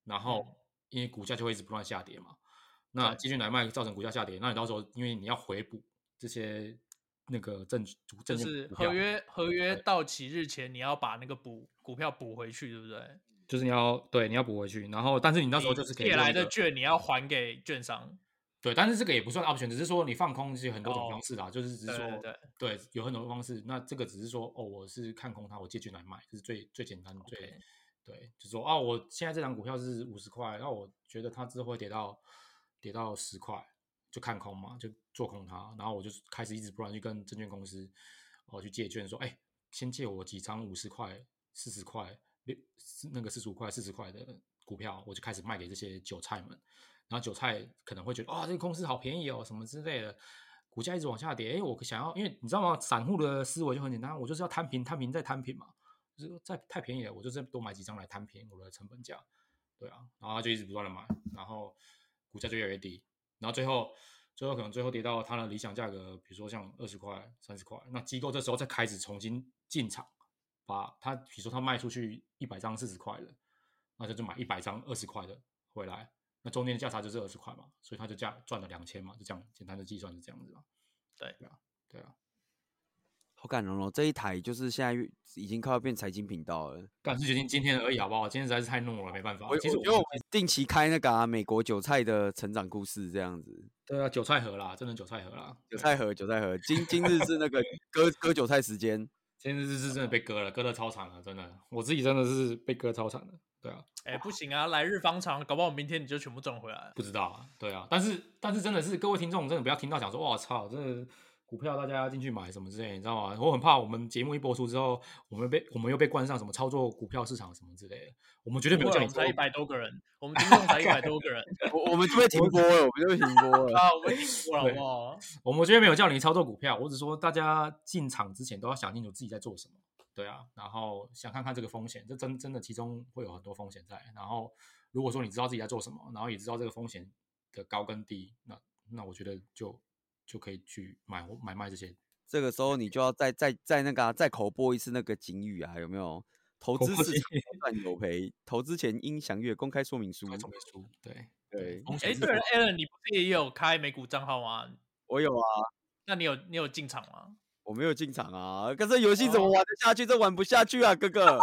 Speaker 4: 然后因为股价就会一直不断下跌嘛，那
Speaker 1: 嗯对
Speaker 4: 借券来卖造成股价下跌，那你到时候因为你要回补这些那个证主证
Speaker 1: 就
Speaker 4: 券
Speaker 1: 是
Speaker 4: 股票
Speaker 1: 合约合约到期日前，你要把那个补股票补回去，对不对？
Speaker 4: 就是你要对你要补回去，然后但是你到时候
Speaker 1: 你
Speaker 4: 就是可以
Speaker 1: 借
Speaker 4: 用
Speaker 1: 来
Speaker 4: 一
Speaker 1: 的
Speaker 4: 个
Speaker 1: 券，你要还给券商。
Speaker 4: 对，但是这个也不算 option，只是说你放空是有很多种
Speaker 1: 哦
Speaker 4: 方式啦，就是只是
Speaker 1: 对
Speaker 4: 说
Speaker 1: 对对
Speaker 4: 对有很多方式。那这个只是说哦，我是看空它，我借券来买，这是最最简单最
Speaker 1: OK
Speaker 4: 对，就是说啊，我现在这张股票是五十块，那我觉得它之后会跌到跌到十块，就看空嘛，就做空它，然后我就开始一直不断去跟证券公司哦去借券，说哎，先借我几张五十块、四十块、六那个四十五块、四十块的股票，我就开始卖给这些韭菜们。然后韭菜可能会觉得啊、这个公司好便宜哦，什么之类的，股价一直往下跌。哎，我想要，因为你知道吗？散户的思维就很简单，我就是要摊平，摊平再摊平嘛，就是再太便宜了，我就是多买几张来摊平我的成本价。对啊，然后他就一直不断的买，然后股价就越来越低，然后最后最后可能最后跌到它的理想价格，比如说像二十块、三十块，那机构这时候再开始重新进场，把它比如说它卖出去一百张四十块的，那就就买一百张二十块的回来，那中间的价差就是二十块嘛，所以他就价赚了两千嘛，就这样简单的计算是这样子嘛。
Speaker 1: 对
Speaker 4: 对啊，对啊，
Speaker 2: 好感人哦！这一台就是现在已经快要变财经频道了。
Speaker 4: 但是决定今天而已好不好？今天实在是太怒了，没办法。
Speaker 2: 我
Speaker 4: 其实
Speaker 2: 我觉得我们定期开那个、啊、美国韭菜的成长故事这样子，
Speaker 4: 对啊，韭菜盒啦，真的韭菜盒啦，
Speaker 2: 韭
Speaker 4: 对啊
Speaker 2: 菜盒韭菜盒，今今日是那 个割割韭菜时 间。
Speaker 4: 今天是是真的被割了，割的超惨了，真的，我自己真的是被割超惨的，对啊，
Speaker 1: 哎，不行啊，来日方长，搞不好明天你就全部赚回来了。
Speaker 4: 不知道啊，对啊，但是但是真的是各位听众真的不要听到讲说，哇操，这股票大家要进去买什么之类的，你知道吗？我很怕我们节目一播出之后，我们被我们又被冠上什么操作股票市场什么之类的，我们绝对没
Speaker 1: 不
Speaker 4: 有
Speaker 1: 会啊我
Speaker 4: 叫你
Speaker 1: 们
Speaker 4: 做
Speaker 1: 才一百多个人，我 们听众才一百多个人
Speaker 2: 我我们就被停播了，我们就被停播 了。
Speaker 1: 啊，我们听过了好
Speaker 4: 对
Speaker 1: 不好？
Speaker 4: 我们绝对没有叫你操作股票，我只说大家进场之前都要想清楚自己在做什么。对啊，然后想看看这个风险，这真真的其中会有很多风险在。然后如果说你知道自己在做什么，然后也知道这个风险的高跟低，那那我觉得就就可以去买或买卖这些。
Speaker 2: 这个时候你就要再再再那个、啊、再口播一次那个警语啊，有没有？投
Speaker 4: 口
Speaker 2: 资
Speaker 4: 播
Speaker 2: 市
Speaker 4: 警
Speaker 2: 场有赚有赔，投资前应详阅公开说明书。
Speaker 4: 买中文书，对
Speaker 2: 嗯对
Speaker 4: 风
Speaker 1: 哎，
Speaker 4: 险
Speaker 1: 对了，Alan，你不是也有开美股账号吗？
Speaker 2: 我有啊，
Speaker 1: 那你有你有进场吗？
Speaker 2: 我没有进场啊，可是游戏怎么玩得下去？这玩不下去啊，哥 哥。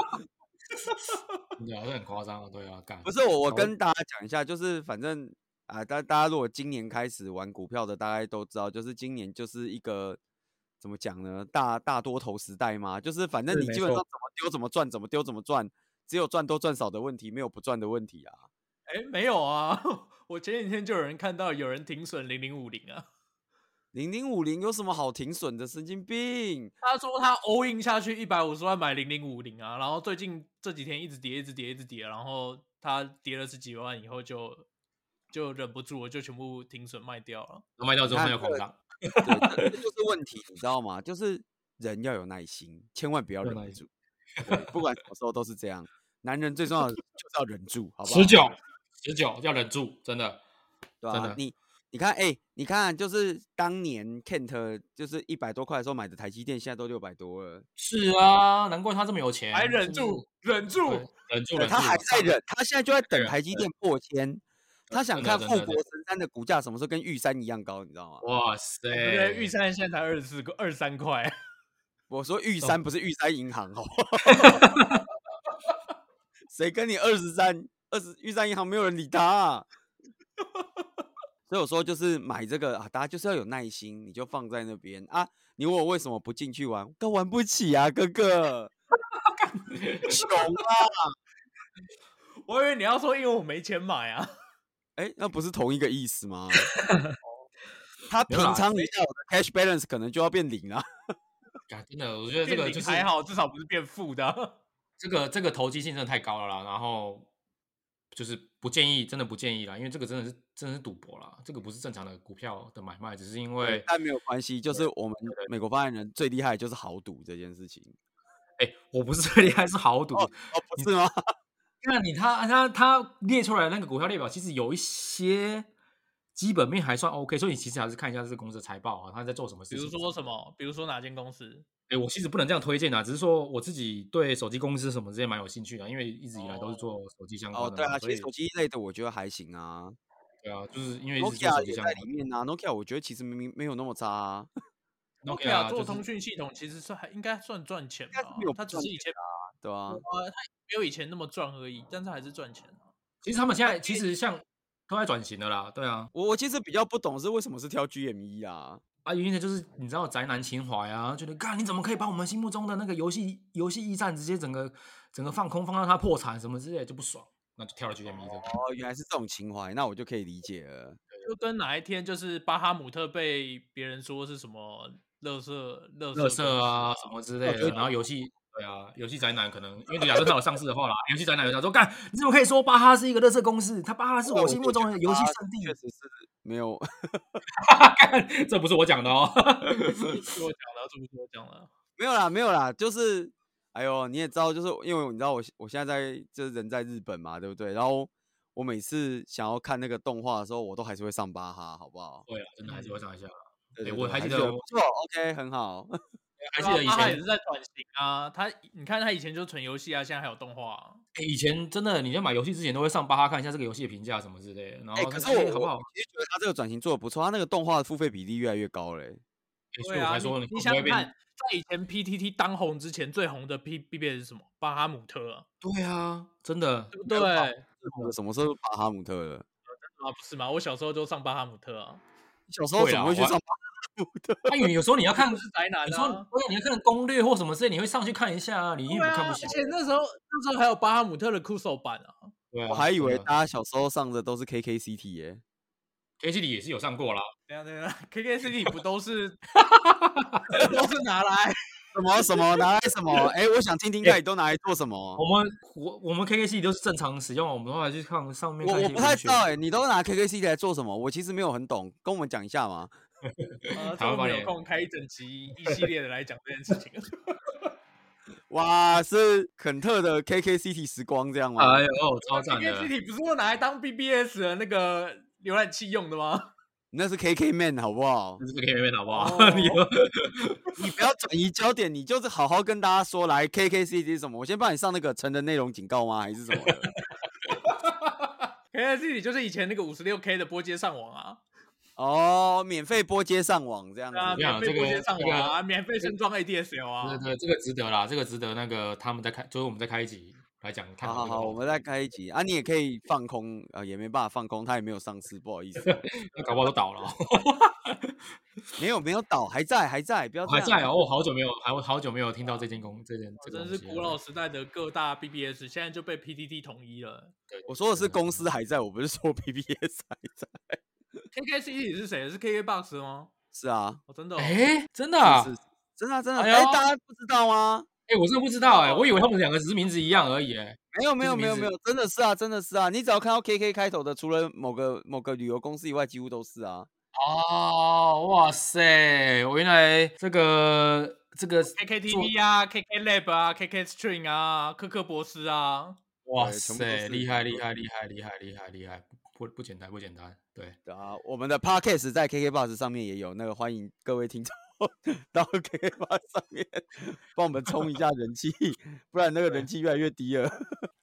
Speaker 4: 对啊，这很夸张啊，对啊，干
Speaker 2: 不是我，我
Speaker 4: 搞
Speaker 2: 跟大家讲一下，就是反正啊，大大家如果今年开始玩股票的，大概都知道，就是今年就是一个怎么讲呢，大大多头时代嘛，就是反正
Speaker 4: 是
Speaker 2: 你
Speaker 4: 没
Speaker 2: 基本上
Speaker 4: 错
Speaker 2: 怎么丢怎么赚，怎么丢怎么赚，只有赚多赚少的问题，没有不赚的问题啊。
Speaker 1: 哎，没有啊， 我前几天就有人看到有人停损零零五零啊，
Speaker 2: 零零五零有什么好停损的？神经病！
Speaker 1: 他说他 all in 下去一百五十万买零零五零啊，然后最近这几天一直跌，一直跌，一直跌，然后他跌了十几万以后就就忍不住了，就全部停损卖掉了。
Speaker 4: 然后卖掉之后
Speaker 2: 你
Speaker 4: 非
Speaker 2: 看这
Speaker 4: 常夸
Speaker 2: 个
Speaker 4: 张，
Speaker 2: 对，这这就是问题，你知道吗？就是人要有耐心，千万不要
Speaker 4: 要
Speaker 2: 忍
Speaker 4: 耐
Speaker 2: 不
Speaker 4: 心
Speaker 2: 住。对不管什么时候都是这样，男人最重要的就是要忍住，好不好？
Speaker 4: 十九十九要忍住，真的，
Speaker 2: 对
Speaker 4: 真
Speaker 2: 啊
Speaker 4: 的，
Speaker 2: 你你看，哎、你看，就是当年 Kent 就是一百多块的时候买的台积电，现在都六百多了，
Speaker 4: 是啊，难怪他这么有钱，
Speaker 1: 还
Speaker 4: 是
Speaker 1: 忍
Speaker 4: 不
Speaker 1: 住
Speaker 4: 是，，
Speaker 1: 忍
Speaker 4: 对
Speaker 1: 住，
Speaker 4: 忍住，
Speaker 2: 对哎
Speaker 4: 忍
Speaker 2: 他
Speaker 4: 住
Speaker 2: 还在忍，他现在就在等
Speaker 4: 忍
Speaker 2: 台积电破千，他想
Speaker 4: 呃真的
Speaker 2: 看
Speaker 4: 真
Speaker 2: 富
Speaker 4: 的
Speaker 2: 国
Speaker 4: 真的
Speaker 2: 神山的股价什么时候跟玉山一样高，你知道吗？
Speaker 4: 哇塞，
Speaker 1: 对不对？玉山现在才二十四个二三块，
Speaker 2: 我说玉山不是玉山银行哦，谁跟你二十三二十玉山银行没有人理他、啊，所以我说就是买这个啊，大家就是要有耐心，你就放在那边啊。你问我为什么不进去玩，都玩不起啊，哥哥，穷啊！
Speaker 1: 我以为你要说因为我没钱买啊。
Speaker 2: 哎、那不是同一个意思吗？他
Speaker 4: 没
Speaker 2: 平
Speaker 4: 有啦
Speaker 2: 仓一下我的 cash balance 可能就要变零啊了。
Speaker 4: 干真的，我觉得这
Speaker 1: 变
Speaker 4: 个
Speaker 1: 零
Speaker 4: 就是
Speaker 1: 还好，至少不是变负的啊、
Speaker 4: 这个这个投机性真的太高了啦，然后就是不建议，真的不建议啦，因为这个真的是真的是赌博啦，这个不是正常的股票的买卖，只是因为
Speaker 2: 但没有关系，就是我们美国发言人最厉害的就是豪赌这件事情。
Speaker 4: 哎、我不是最厉害，是豪赌。
Speaker 2: 哦，不是吗？
Speaker 4: 那你他他他列出来的那个股票列表，其实有一些基本面还算 OK，所以你其实还是看一下这个公司的财报啊，他在做什么事
Speaker 1: 比
Speaker 4: 情。
Speaker 1: 如说什么？比如说哪间公司？
Speaker 4: 哎、我其实不能这样推荐啊，只是说我自己对手机公司什么这些蛮有兴趣的，因为一直以来都是做手机相关
Speaker 2: 哦，
Speaker 4: 的
Speaker 2: 对
Speaker 4: 嘛。
Speaker 2: 啊，其
Speaker 4: 所以
Speaker 2: 实手机类的我觉得还行啊
Speaker 4: 对啊，就是因为一直做手
Speaker 2: ，Nokia
Speaker 4: 机
Speaker 2: 也
Speaker 4: 相
Speaker 2: 在
Speaker 4: 关
Speaker 2: 里面啊。Nokia 我觉得其实明明没有那么差啊，
Speaker 4: 的。
Speaker 1: 对啊，做
Speaker 4: 就是
Speaker 1: 通讯系统其实是还应该算赚钱
Speaker 2: 该是
Speaker 1: 吧
Speaker 2: 没有？
Speaker 1: 它只
Speaker 2: 赚
Speaker 1: 是以前
Speaker 2: 对啊，
Speaker 1: 啊，
Speaker 4: 嗯
Speaker 1: 它没有以前那么赚而已，但是还是赚钱啊。
Speaker 4: 其实他们现在其实像都在转型的啦，对啊，
Speaker 2: 我我其实比较不懂是为什么是挑 GME 啊，
Speaker 4: 啊，原因呢就是你知道宅男情怀啊，觉得干你怎么可以把我们心目中的那个游戏游戏驿站直接整个整个放空，放到它破产什么之类的就不爽，那就跳了 GME 这个。
Speaker 2: 哦，原来是这种情怀，那我就可以理解了。
Speaker 1: 就跟哪一天就是巴哈姆特被别人说是什么乐色乐
Speaker 4: 乐色啊
Speaker 1: 啊
Speaker 4: 什么之类
Speaker 2: 觉
Speaker 4: 的，
Speaker 2: 得
Speaker 4: 然后游戏对啊，游戏宅男可能因为假设他有上市的话啦，游戏宅男有讲说，干你怎么可以说巴哈是一个乐色公司？他巴哈是
Speaker 2: 那
Speaker 4: 我
Speaker 2: 我
Speaker 4: 心
Speaker 2: 就
Speaker 4: 目
Speaker 2: 觉
Speaker 4: 中的
Speaker 2: 得
Speaker 4: 游戏
Speaker 2: 它
Speaker 4: 圣地
Speaker 2: 确。实是没有，
Speaker 4: 干这不是我讲的哦，
Speaker 1: 是我讲的，是不是我讲的？
Speaker 2: 没有啦，没有啦，就是，哎呦，你也知道，就是因为你知道我我现在在就是人在日本嘛，对不对？然后我每次想要看那个动画的时候，我都还是会上巴哈，好不好？
Speaker 4: 对啊，真的还是会上一
Speaker 2: 对
Speaker 4: 下。哎
Speaker 2: 对
Speaker 4: 我
Speaker 2: 对
Speaker 4: 还记得
Speaker 2: 觉
Speaker 4: 我
Speaker 2: 不错，OK，很好。
Speaker 4: 还
Speaker 1: 对
Speaker 4: 记
Speaker 1: 啊
Speaker 4: 得以
Speaker 1: 巴哈
Speaker 4: 前
Speaker 1: 也是在转型啊，他你看他以前就纯游戏啊，现在还有动画、啊。
Speaker 4: 欸以前真的，你在买游戏之前都会上巴哈看一下这个游戏的评价什么之类的，然
Speaker 2: 哎、
Speaker 4: 后
Speaker 2: 可
Speaker 4: 看
Speaker 2: 是
Speaker 4: 看
Speaker 2: 我、
Speaker 4: 欸好不好
Speaker 2: 我？其实觉得他这个转型做的不错，他那个动画的付费比例越来越高嘞、
Speaker 4: 欸所
Speaker 1: 对
Speaker 4: 以我
Speaker 1: 啊，
Speaker 4: 才说
Speaker 1: 你
Speaker 4: 会不
Speaker 1: 想
Speaker 4: 会
Speaker 1: 想
Speaker 4: 变
Speaker 1: 看，在以前 PTT 当红之前，最红的 P B B 是什么？巴哈姆特啊，
Speaker 4: 对啊，真的
Speaker 1: 对不对？啊，
Speaker 2: 我什么时候巴哈姆特了？
Speaker 1: 不是吗？我小时候就上巴哈姆特啊，
Speaker 2: 你小时候
Speaker 4: 会
Speaker 2: 怎么
Speaker 4: 啦
Speaker 2: 会去
Speaker 4: 我
Speaker 2: 上巴？
Speaker 4: 他有有时候你 要看，
Speaker 1: 我是宅男
Speaker 4: 有时候
Speaker 1: 啊。
Speaker 4: 对啊，你要看攻略或什么之类，你会上去看一下啊，你也
Speaker 1: 对
Speaker 4: 不
Speaker 1: 啊，
Speaker 4: 看不
Speaker 1: 而
Speaker 4: 行。
Speaker 1: 且那时候那时候还有巴哈姆特的酷手版啊，
Speaker 4: 对啊
Speaker 2: 我还以为
Speaker 4: 真的
Speaker 2: 大家小时候上的都是 KKCT 耶、
Speaker 4: K G 里也是有上过啦，
Speaker 1: 等一下等一下，K 啊 K C D 不都是 都是拿 来
Speaker 2: 什么什么拿来什么？哎、我想听听看你都拿来做什
Speaker 1: 哦
Speaker 2: 么。
Speaker 4: 我们我我们 K K C 都是正常使用，我们后来去看上面
Speaker 2: 我
Speaker 4: 看一
Speaker 2: 我
Speaker 4: 些
Speaker 2: 不太
Speaker 4: 文
Speaker 2: 知
Speaker 4: 学
Speaker 2: 道哎、你都拿 KKCT 来做什么？我其实没有很懂，跟我们讲一下嘛。
Speaker 1: 呃，
Speaker 4: 台
Speaker 1: 这
Speaker 4: 湾
Speaker 1: 个
Speaker 4: 版
Speaker 1: 没有
Speaker 4: 也
Speaker 1: 空开一整集一系列的来讲这件事 情。
Speaker 2: 哇，是肯特的 KKCT 时光这样吗？
Speaker 4: 哎呦，超
Speaker 1: K
Speaker 4: 赞
Speaker 1: K
Speaker 4: 的
Speaker 1: C！D 不是都拿来当 B B S 的那个浏览器用的吗？
Speaker 2: 那是 KK man 好不好？
Speaker 5: 这是 K 妹妹好不好？
Speaker 1: 哦
Speaker 5: 你又
Speaker 2: 你不要转移焦点，你就是好好跟大家说来 KKCC 是什么。我先帮你上那个成人内容警告吗？还是什么的？
Speaker 1: K I C 就是以前那个五十六 K 的波接上网啊，
Speaker 2: 哦，免费拨接上网这样子。
Speaker 1: 啊，
Speaker 4: 这样
Speaker 1: 免费
Speaker 4: 这个
Speaker 1: 波接上
Speaker 4: 这个
Speaker 1: 网啊，免费升装 ADSL 啊，
Speaker 4: 对对，这个值得啦，这个值得那个他们再开，就是我们再开一集来讲。看
Speaker 2: 好好
Speaker 4: 这个
Speaker 2: 好，我们再开一集啊！你也可以放空啊、也没办法放空，他也没有上市，不好意思，
Speaker 4: 那搞不好都倒了哦，
Speaker 2: 没有没有倒，还在还在，不要这
Speaker 4: 还
Speaker 2: 样啊
Speaker 4: 在哦，我好久没有，还好久没有听到这间公这间这个
Speaker 1: 真
Speaker 4: 东
Speaker 1: 是
Speaker 4: 西
Speaker 1: 古
Speaker 4: 了
Speaker 1: 老时代的各大 BBS，现在就被 PTT 统一了。
Speaker 2: 我说的是公司还在，我不是说 PPS 还在。
Speaker 1: K K C T 是谁？是 K K Box 吗？
Speaker 2: 是啊，
Speaker 1: 哦，真的、哦，
Speaker 4: 哎，真的啊！
Speaker 2: 是是真的啊、真的啊，
Speaker 4: 哎
Speaker 2: 哎、
Speaker 4: 呦
Speaker 2: 大家不知道吗？
Speaker 4: 哎，我真的不知道哎，我以为他们两个只是名字一样而已哎。
Speaker 2: 没有没有
Speaker 4: 这个
Speaker 2: 没有
Speaker 4: 名
Speaker 2: 没
Speaker 4: 字
Speaker 2: 有，真的是啊，真的是啊！你只要看到 KK 开头的，除了某个某个旅游公司以外，几乎都是啊。
Speaker 4: 哦，哇塞！我原来这个这个
Speaker 1: K K T V 啊，K K Lab 啊，K K String 啊，科克博士 啊，
Speaker 4: 哇
Speaker 2: 对全部都
Speaker 4: 塞，
Speaker 2: 是
Speaker 4: 厉害厉害厉害厉害厉害厉害，不不简单不简单，对，
Speaker 2: 对啊，我们的 Podcast 在 KK Bus 上面也有，那个欢迎各位听众 到 KK Bus 上面帮我们冲一下人气，不然那个人气越来越低了。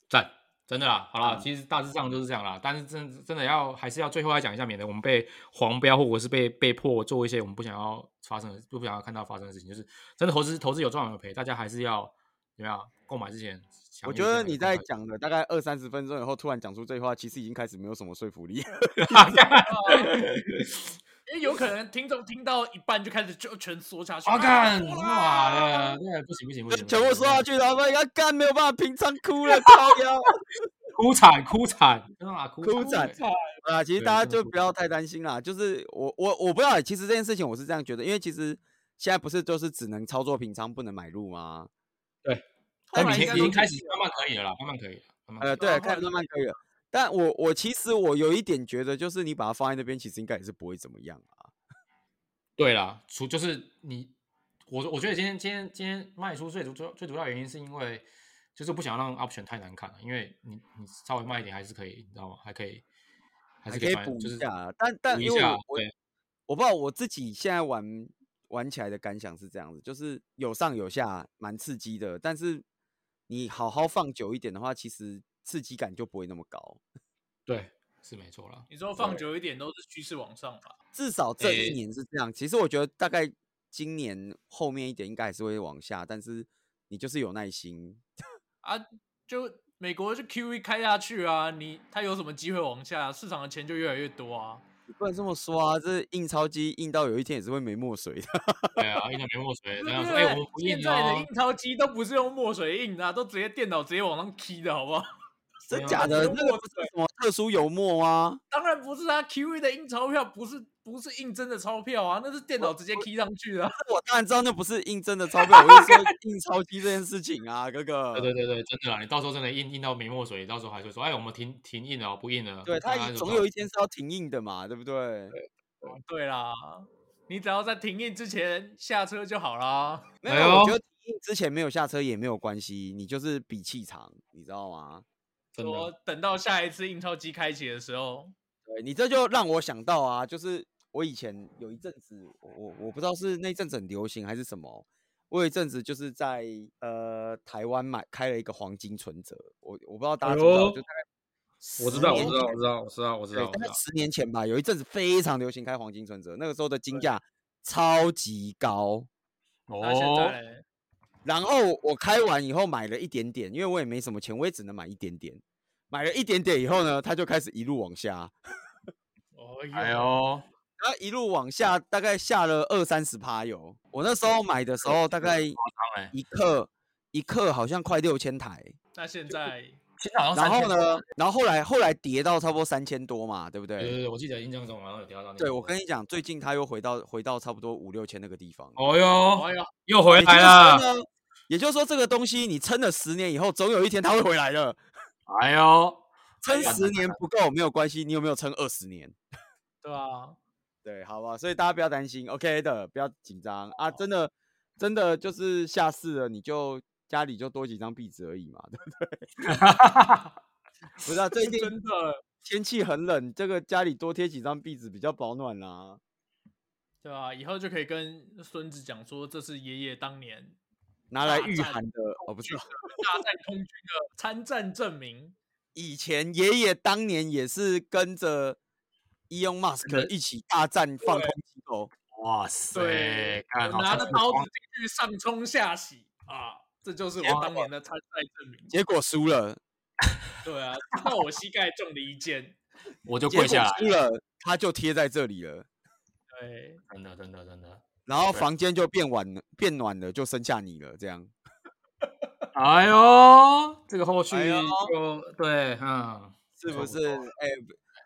Speaker 4: 赞，真的啦，好啦，
Speaker 2: 嗯
Speaker 4: 其实大致上就是这样啦，但是真真的要还是要最后要讲一下，免得我们被黄标或者是被被迫做一些我们不想要发生的、不想要看到发生的事情，就是真的投资投资有赚有赔，大家还是要怎么样购买之前详
Speaker 2: 我
Speaker 4: 阅一下，
Speaker 2: 觉得你在
Speaker 4: 看
Speaker 2: 讲了大概二三十分钟以后，突然讲出这句话，其实已经开始没有什么说服力。
Speaker 4: 看。
Speaker 1: 因为有可能听众听到一半就开始就全缩下去。
Speaker 4: 啊干！
Speaker 1: 错
Speaker 4: 妈
Speaker 1: 啦
Speaker 4: 的，对，不行不行不
Speaker 2: 就
Speaker 4: 行，
Speaker 2: 全部说下
Speaker 4: 要
Speaker 2: 去，然后发现啊干没有办法平仓哭了，靠腰。
Speaker 4: 哭惨哭惨，啊哭
Speaker 2: 哭惨
Speaker 4: 对
Speaker 2: 啊，其实
Speaker 4: 对
Speaker 2: 大家
Speaker 4: 真的
Speaker 2: 就
Speaker 4: 不
Speaker 2: 不要太担心啦。就是我我我不知道欸，其实这件事情我是这样觉得，因为其实现在不是就是只能操作平仓，不能买入吗？
Speaker 1: 后
Speaker 4: 但
Speaker 1: 来
Speaker 4: 已
Speaker 1: 应
Speaker 4: 经
Speaker 1: 该
Speaker 4: 已
Speaker 1: 都
Speaker 4: 经开
Speaker 1: 是
Speaker 4: 始慢慢可以了啦，慢慢可以了，慢慢可
Speaker 2: 呃，
Speaker 4: 以了
Speaker 2: 对，
Speaker 1: 后
Speaker 2: 开
Speaker 1: 来
Speaker 2: 始慢慢可以了。但我我其实我有一点觉得，就是你把它放在那边，其实应该也是不会怎么样啊。
Speaker 4: 对啦，除就是你，我我觉得今天今天今天卖出最主最最主要的原因是因为就是不想让 option 太难看了，因为你你稍微慢一点还是可以，你知道吗？还可以，还
Speaker 2: 还
Speaker 4: 是
Speaker 2: 可以
Speaker 4: 翻
Speaker 2: 补
Speaker 4: 就
Speaker 2: 一
Speaker 4: 是
Speaker 2: 下啊，但但
Speaker 4: 补一
Speaker 2: 因为
Speaker 4: 下
Speaker 2: 我我
Speaker 4: 对
Speaker 2: 我不知道我自己现在玩玩起来的感想是这样子，就是有上有下，蛮刺激的。但是你好好放久一点的话，其实刺激感就不会那么高。
Speaker 4: 对是没错 啦。
Speaker 1: 你说放久一点都是趋势往上嘛？
Speaker 2: 至少这一
Speaker 5: 诶
Speaker 2: 年是这样。其实我觉得大概今年后面一点应该还是会往下，但是你就是有耐心。
Speaker 1: 啊，就美国就 QE 开下去啊，你它有什么机会往下？市场的钱就越来越多啊。
Speaker 2: 你不能这么说啊，这印钞机印到有一天也是会没墨水的。
Speaker 4: 对啊，印到没墨 水，这样说，
Speaker 1: 对不对
Speaker 4: 哎、我们不
Speaker 1: 现
Speaker 4: 印
Speaker 1: 在的
Speaker 4: 哦
Speaker 1: 印，钞机都不是用墨水印的啊、都直接电脑直接往上 key 的好不好？
Speaker 2: 真
Speaker 4: 对啊
Speaker 2: 假
Speaker 1: 那
Speaker 2: 的？
Speaker 1: 是
Speaker 2: 那个
Speaker 1: 墨
Speaker 2: 不是什么特殊油墨吗？
Speaker 1: 当然不是啊，QE 的印钞票不是不是印真的钞票啊，那是电脑直接 key 上去的、啊。
Speaker 2: 我当然知道那不是印真的钞票，我 是说印钞机这件事情啊，哥哥
Speaker 4: 对。对对对，真的啦，你到时候真的印印到没墨水，到时候还会说，哎、我们停停印了哦，不印了。
Speaker 2: 对，
Speaker 4: 大
Speaker 2: 它
Speaker 4: 家
Speaker 2: 一
Speaker 4: 就
Speaker 2: 总
Speaker 4: 说
Speaker 2: 有一天是要停印的嘛，对不对？
Speaker 4: 哦
Speaker 1: 对啦，你只要在停印之前下车就好啦。
Speaker 2: 没
Speaker 4: 哎
Speaker 2: 有，我
Speaker 4: 呦
Speaker 2: 觉得停印之前没有下车也没有关系，你就是比气场，你知道吗？
Speaker 4: 真的
Speaker 1: 说等到下一次印钞机开启的时候，
Speaker 2: 对你这就让我想到啊，就是我以前有一阵子，我我我不知道是那阵子很流行还是什么，我有一阵子就是在呃台湾买开了一个黄金存折，我我不知道大家知不知道，
Speaker 5: 哎呦我知哎道，我
Speaker 2: 就大概10
Speaker 5: 知
Speaker 2: 年
Speaker 5: 道，我知道，我知道，我知
Speaker 2: 对，
Speaker 5: 道，我
Speaker 2: 大
Speaker 5: 知
Speaker 2: 概
Speaker 5: 道。
Speaker 2: 十年前吧，有一阵子非常流行开黄金存折，那个时候的金价超级高，
Speaker 1: 那现
Speaker 4: 哦
Speaker 1: 在，嘞
Speaker 2: 然后我开完以后买了一点点，因为我也没什么钱，我也只能买一点点，买了一点点以后呢，它就开始一路往下。
Speaker 1: 哦哟
Speaker 4: 哎呦，
Speaker 2: 然后一路往下，大概下了二三十趴有。我那时候买的时候，大概
Speaker 4: 哎、
Speaker 2: 一克一克好像快六千台，
Speaker 1: 那现在
Speaker 4: 现在好像
Speaker 2: 然
Speaker 4: 3000
Speaker 2: 后呢，然后后来后来跌到差不多三千多嘛，对不
Speaker 4: 对对
Speaker 2: 对？
Speaker 4: 对，我记得印象中好像有提到到你。
Speaker 2: 对，我跟你讲，最近它又回到回到差不多五六千那个地方。
Speaker 4: 哦
Speaker 1: 哎
Speaker 4: 哟，
Speaker 1: 呦，
Speaker 4: 又回
Speaker 2: 也就是
Speaker 4: 来
Speaker 2: 说
Speaker 4: 了，
Speaker 2: 呢，也就是说这个东西你撑了十年以后，总有一天它会回来的。
Speaker 4: 哎呦，
Speaker 2: 撑
Speaker 4: 呀
Speaker 2: 十年不够没有关系，你有没有撑二十年？
Speaker 1: 对啊，
Speaker 2: 对，好吧，所以大家不要担心，OK 的，不要紧张啊，真的，真的就是下市了，你就家 里就多几张壁纸而已嘛，对不对？不是啊，最近
Speaker 1: 真的
Speaker 2: 天气很冷，这个家里多贴几张壁纸比较保暖啊啦。
Speaker 1: 对吧、以后就可以跟孙子讲说，这是爷爷当年
Speaker 2: 拿来
Speaker 1: 大
Speaker 2: 御
Speaker 1: 战
Speaker 2: 寒的哦，不是哦，
Speaker 1: 大战空军的参战证明。
Speaker 2: 以前爷爷当年也是跟着 Elon Musk 一起大战放空机构，
Speaker 4: 哇塞，
Speaker 1: 对，
Speaker 4: 干
Speaker 1: 我
Speaker 4: 好
Speaker 1: 拿
Speaker 4: 像
Speaker 1: 着
Speaker 4: 是
Speaker 1: 刀
Speaker 4: 光
Speaker 1: 子进去上冲下洗啊，这就是我当年的参赛证明。
Speaker 2: 结果输了，
Speaker 1: 对啊，直到我膝盖中了一箭。
Speaker 4: 我就
Speaker 2: 结
Speaker 4: 跪
Speaker 2: 果
Speaker 4: 下来，
Speaker 2: 输了，他就贴在这里了，
Speaker 1: 对，
Speaker 4: 真的真的真的，
Speaker 2: 然后
Speaker 4: 对
Speaker 2: 房间就变晚了，变暖了，就剩下你了，这样。
Speaker 6: 哎呦，这个后续
Speaker 2: 哎呦
Speaker 6: 就对，嗯，
Speaker 2: 是
Speaker 6: 差不
Speaker 2: 不是？哎、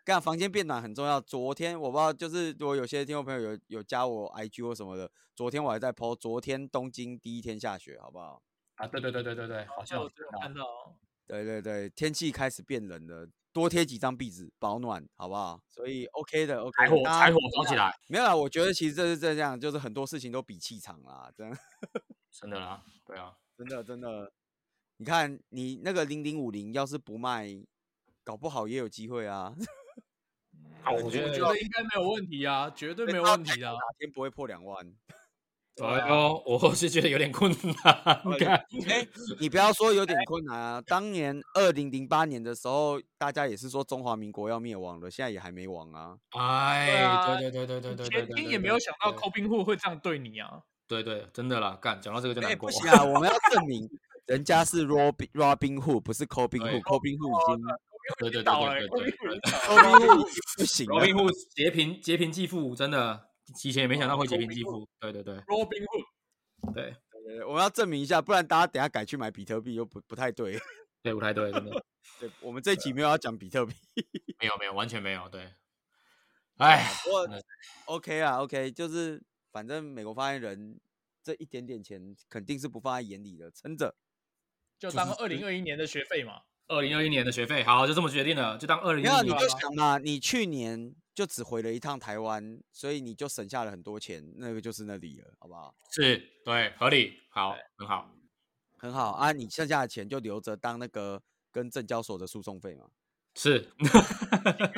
Speaker 2: 干房间变暖很重要。昨天我不知道，就是如果有些听众朋友有有加我 IG 或什么的，昨天我还在 PO，昨天东京第一天下雪，好不好？
Speaker 4: 啊，对对对对对对，好像
Speaker 1: 我
Speaker 4: 有
Speaker 1: 就
Speaker 4: 听
Speaker 1: 有
Speaker 4: 到
Speaker 1: 看到，
Speaker 2: 对对对，天气开始变冷了，多贴几张壁纸保暖，好不好？所以 OK 的，OK
Speaker 4: 柴
Speaker 2: 的
Speaker 4: 火
Speaker 2: 大家
Speaker 4: 柴火烧起来，
Speaker 2: 没有啦，我觉得其实这是这样，就是很多事情都比气场啦，真的
Speaker 4: 真的啦，对啊，
Speaker 2: 真的真的。你看你那个零零五零，要是不卖，搞不好也有机会啊。
Speaker 4: 啊，
Speaker 1: 我
Speaker 4: 我
Speaker 1: 觉
Speaker 4: 觉
Speaker 1: 得
Speaker 4: 得，
Speaker 1: 应该没有问题啊，绝对没有
Speaker 2: 它
Speaker 1: 问题的啊。
Speaker 2: 哪天不会破两万？
Speaker 4: 哎呦，我是觉得有点困难，
Speaker 2: 对
Speaker 4: 干
Speaker 2: 哎，你不要说有点困难啊。当年二零零八年的时候，大家也是说中华民国要灭亡了，现在也还没亡啊。
Speaker 1: 对
Speaker 4: 哎，
Speaker 1: 啊
Speaker 4: 对对对对对对对
Speaker 1: 前
Speaker 4: 对，
Speaker 1: 天
Speaker 4: 对
Speaker 1: 也没有想到
Speaker 4: 对
Speaker 1: 扣冰户会这样对你啊，
Speaker 4: 对对，真的啦，干，讲到这个就
Speaker 2: 哎、
Speaker 4: 难
Speaker 2: 不
Speaker 4: 过，
Speaker 2: 行啊，我们要证明人家是 Robin Robin Hood，不是 Robin
Speaker 4: 对哦
Speaker 2: Hood，Robin Hood 已经
Speaker 4: 对对对
Speaker 1: 倒了
Speaker 4: 对，
Speaker 1: 扣
Speaker 4: 对
Speaker 1: 冰
Speaker 4: 对
Speaker 1: 户人倒了
Speaker 2: Robin Hood 已经不行
Speaker 4: 罗
Speaker 2: 了
Speaker 4: 宾。户劫贫劫贫济富，真的以前也没想到会劫贫济富。对对对
Speaker 1: ，Robin Hood。
Speaker 4: 对
Speaker 2: 对对我们要证明一下，不然大家等下改去买比特币又不不太对。
Speaker 4: 对，不太对，真的
Speaker 2: 对我们
Speaker 4: 啊
Speaker 2: 这一集没有要讲比特币。
Speaker 4: 没有没有完全没有对。哎，
Speaker 2: 不过
Speaker 4: 真的
Speaker 2: OK 啊，OK，就是反正美国发言人这一点点钱肯定是不放在眼里的，撑着。
Speaker 1: 就当二零二一年的学费嘛。
Speaker 4: 二零二一年的学费，好，就这么决定了，就当二零
Speaker 2: 没有，啊
Speaker 4: 二
Speaker 2: 你
Speaker 4: 零
Speaker 2: 就想嘛，你去年就只回了一趟台湾，所以你就省下了很多钱，那个就是那里了，好不好？
Speaker 4: 是对合理，好，很好。
Speaker 2: 很好啊，你剩下的钱就留着当那个跟证交所的诉讼费嘛，
Speaker 4: 是，嗯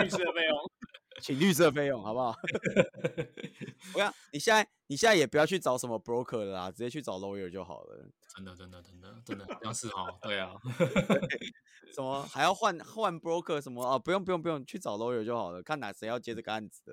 Speaker 1: 浴室的费哦 用，
Speaker 2: 请律师的费用，好不好？ 我想你现在你现在也不要去找什么 broker 了啦，直接去找 lawyer 就好了。
Speaker 4: 真的，真的，真的，真的，好像是哦，对啊，
Speaker 2: 什么还要换换 broker 什么啊？不用不用不用，去找 lawyer 就好了，看哪谁要接这个案子的。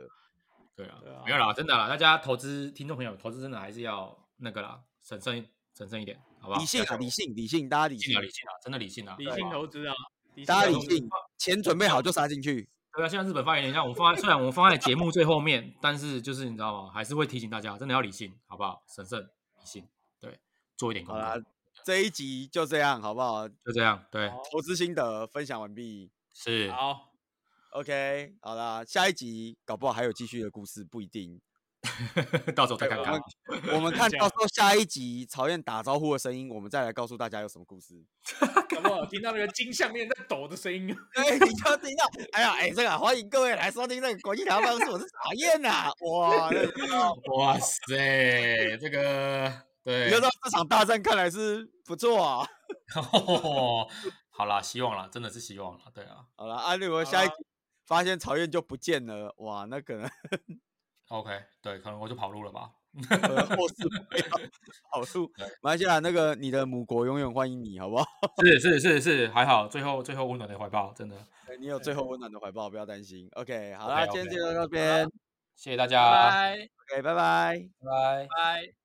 Speaker 4: 对啊
Speaker 1: 对啊，
Speaker 4: 没有啦，真的啦，大家投资，听众朋友投资真的还是要那个啦，审慎审慎一点，好不好？
Speaker 2: 理性啊，理性理性，大家理
Speaker 4: 理性
Speaker 2: 性
Speaker 4: 啊，，理性啊，真的理性啊，
Speaker 1: 理性投资啊，理
Speaker 2: 大家
Speaker 1: 投
Speaker 2: 理
Speaker 1: 资
Speaker 2: 性，
Speaker 4: 啊
Speaker 2: 钱准备好就杀进去。
Speaker 4: 对啊，像日本发言人一样，我们放在虽然我们放在节目最后面，但是就是你知道吗？还是会提醒大家，真的要理性，好不好？审慎理性，对，做一点功
Speaker 2: 好啦
Speaker 4: 课，，
Speaker 2: 这一集就这样，好不好？
Speaker 4: 就这样，对，
Speaker 1: 好
Speaker 2: 投资心得分享完毕。
Speaker 4: 是，
Speaker 1: 好，
Speaker 2: OK，好啦，下一集搞不好还有继续的故事，不一定。
Speaker 4: 到时候再
Speaker 2: 对
Speaker 4: 看
Speaker 2: 我
Speaker 4: 看
Speaker 2: 们，我 们看
Speaker 1: 这
Speaker 2: 到
Speaker 1: 样
Speaker 2: 时候下一集曹燕打招呼的声音，我们再来告诉大家有什么故 事。
Speaker 1: 有没有听到那个金项链在抖的声音？
Speaker 2: 对，你就听到，哎呀，哎，这个欢迎各位来收听这个国际台湾办公室，我是曹燕呐、哇， 那个
Speaker 4: 哇塞，这个
Speaker 2: 你
Speaker 4: 对
Speaker 2: 就知，道这场大战看来是不错啊。
Speaker 4: 好啦，希望啦，真的是希望啦，对啊
Speaker 2: 好了，啊，如果
Speaker 1: 好
Speaker 2: 下一
Speaker 1: 啦
Speaker 2: 集发现曹燕就不见了，哇，那可能
Speaker 4: ，OK，对，可能我就跑路了吧，
Speaker 2: 呃后事不妙，好处
Speaker 4: 对。
Speaker 2: 马来西亚那个你的母国永远欢迎你，好不好？
Speaker 4: 是是是是，还好，最后最后温暖的怀抱，真的，
Speaker 2: 对你有最后温暖的怀抱，不要担心。OK，好啦，今天就
Speaker 4: OK，OK
Speaker 2: 到这边
Speaker 4: 谢谢大
Speaker 1: 拜
Speaker 4: 家，
Speaker 1: 拜
Speaker 2: ，OK，拜拜。
Speaker 4: 拜拜。
Speaker 1: 拜。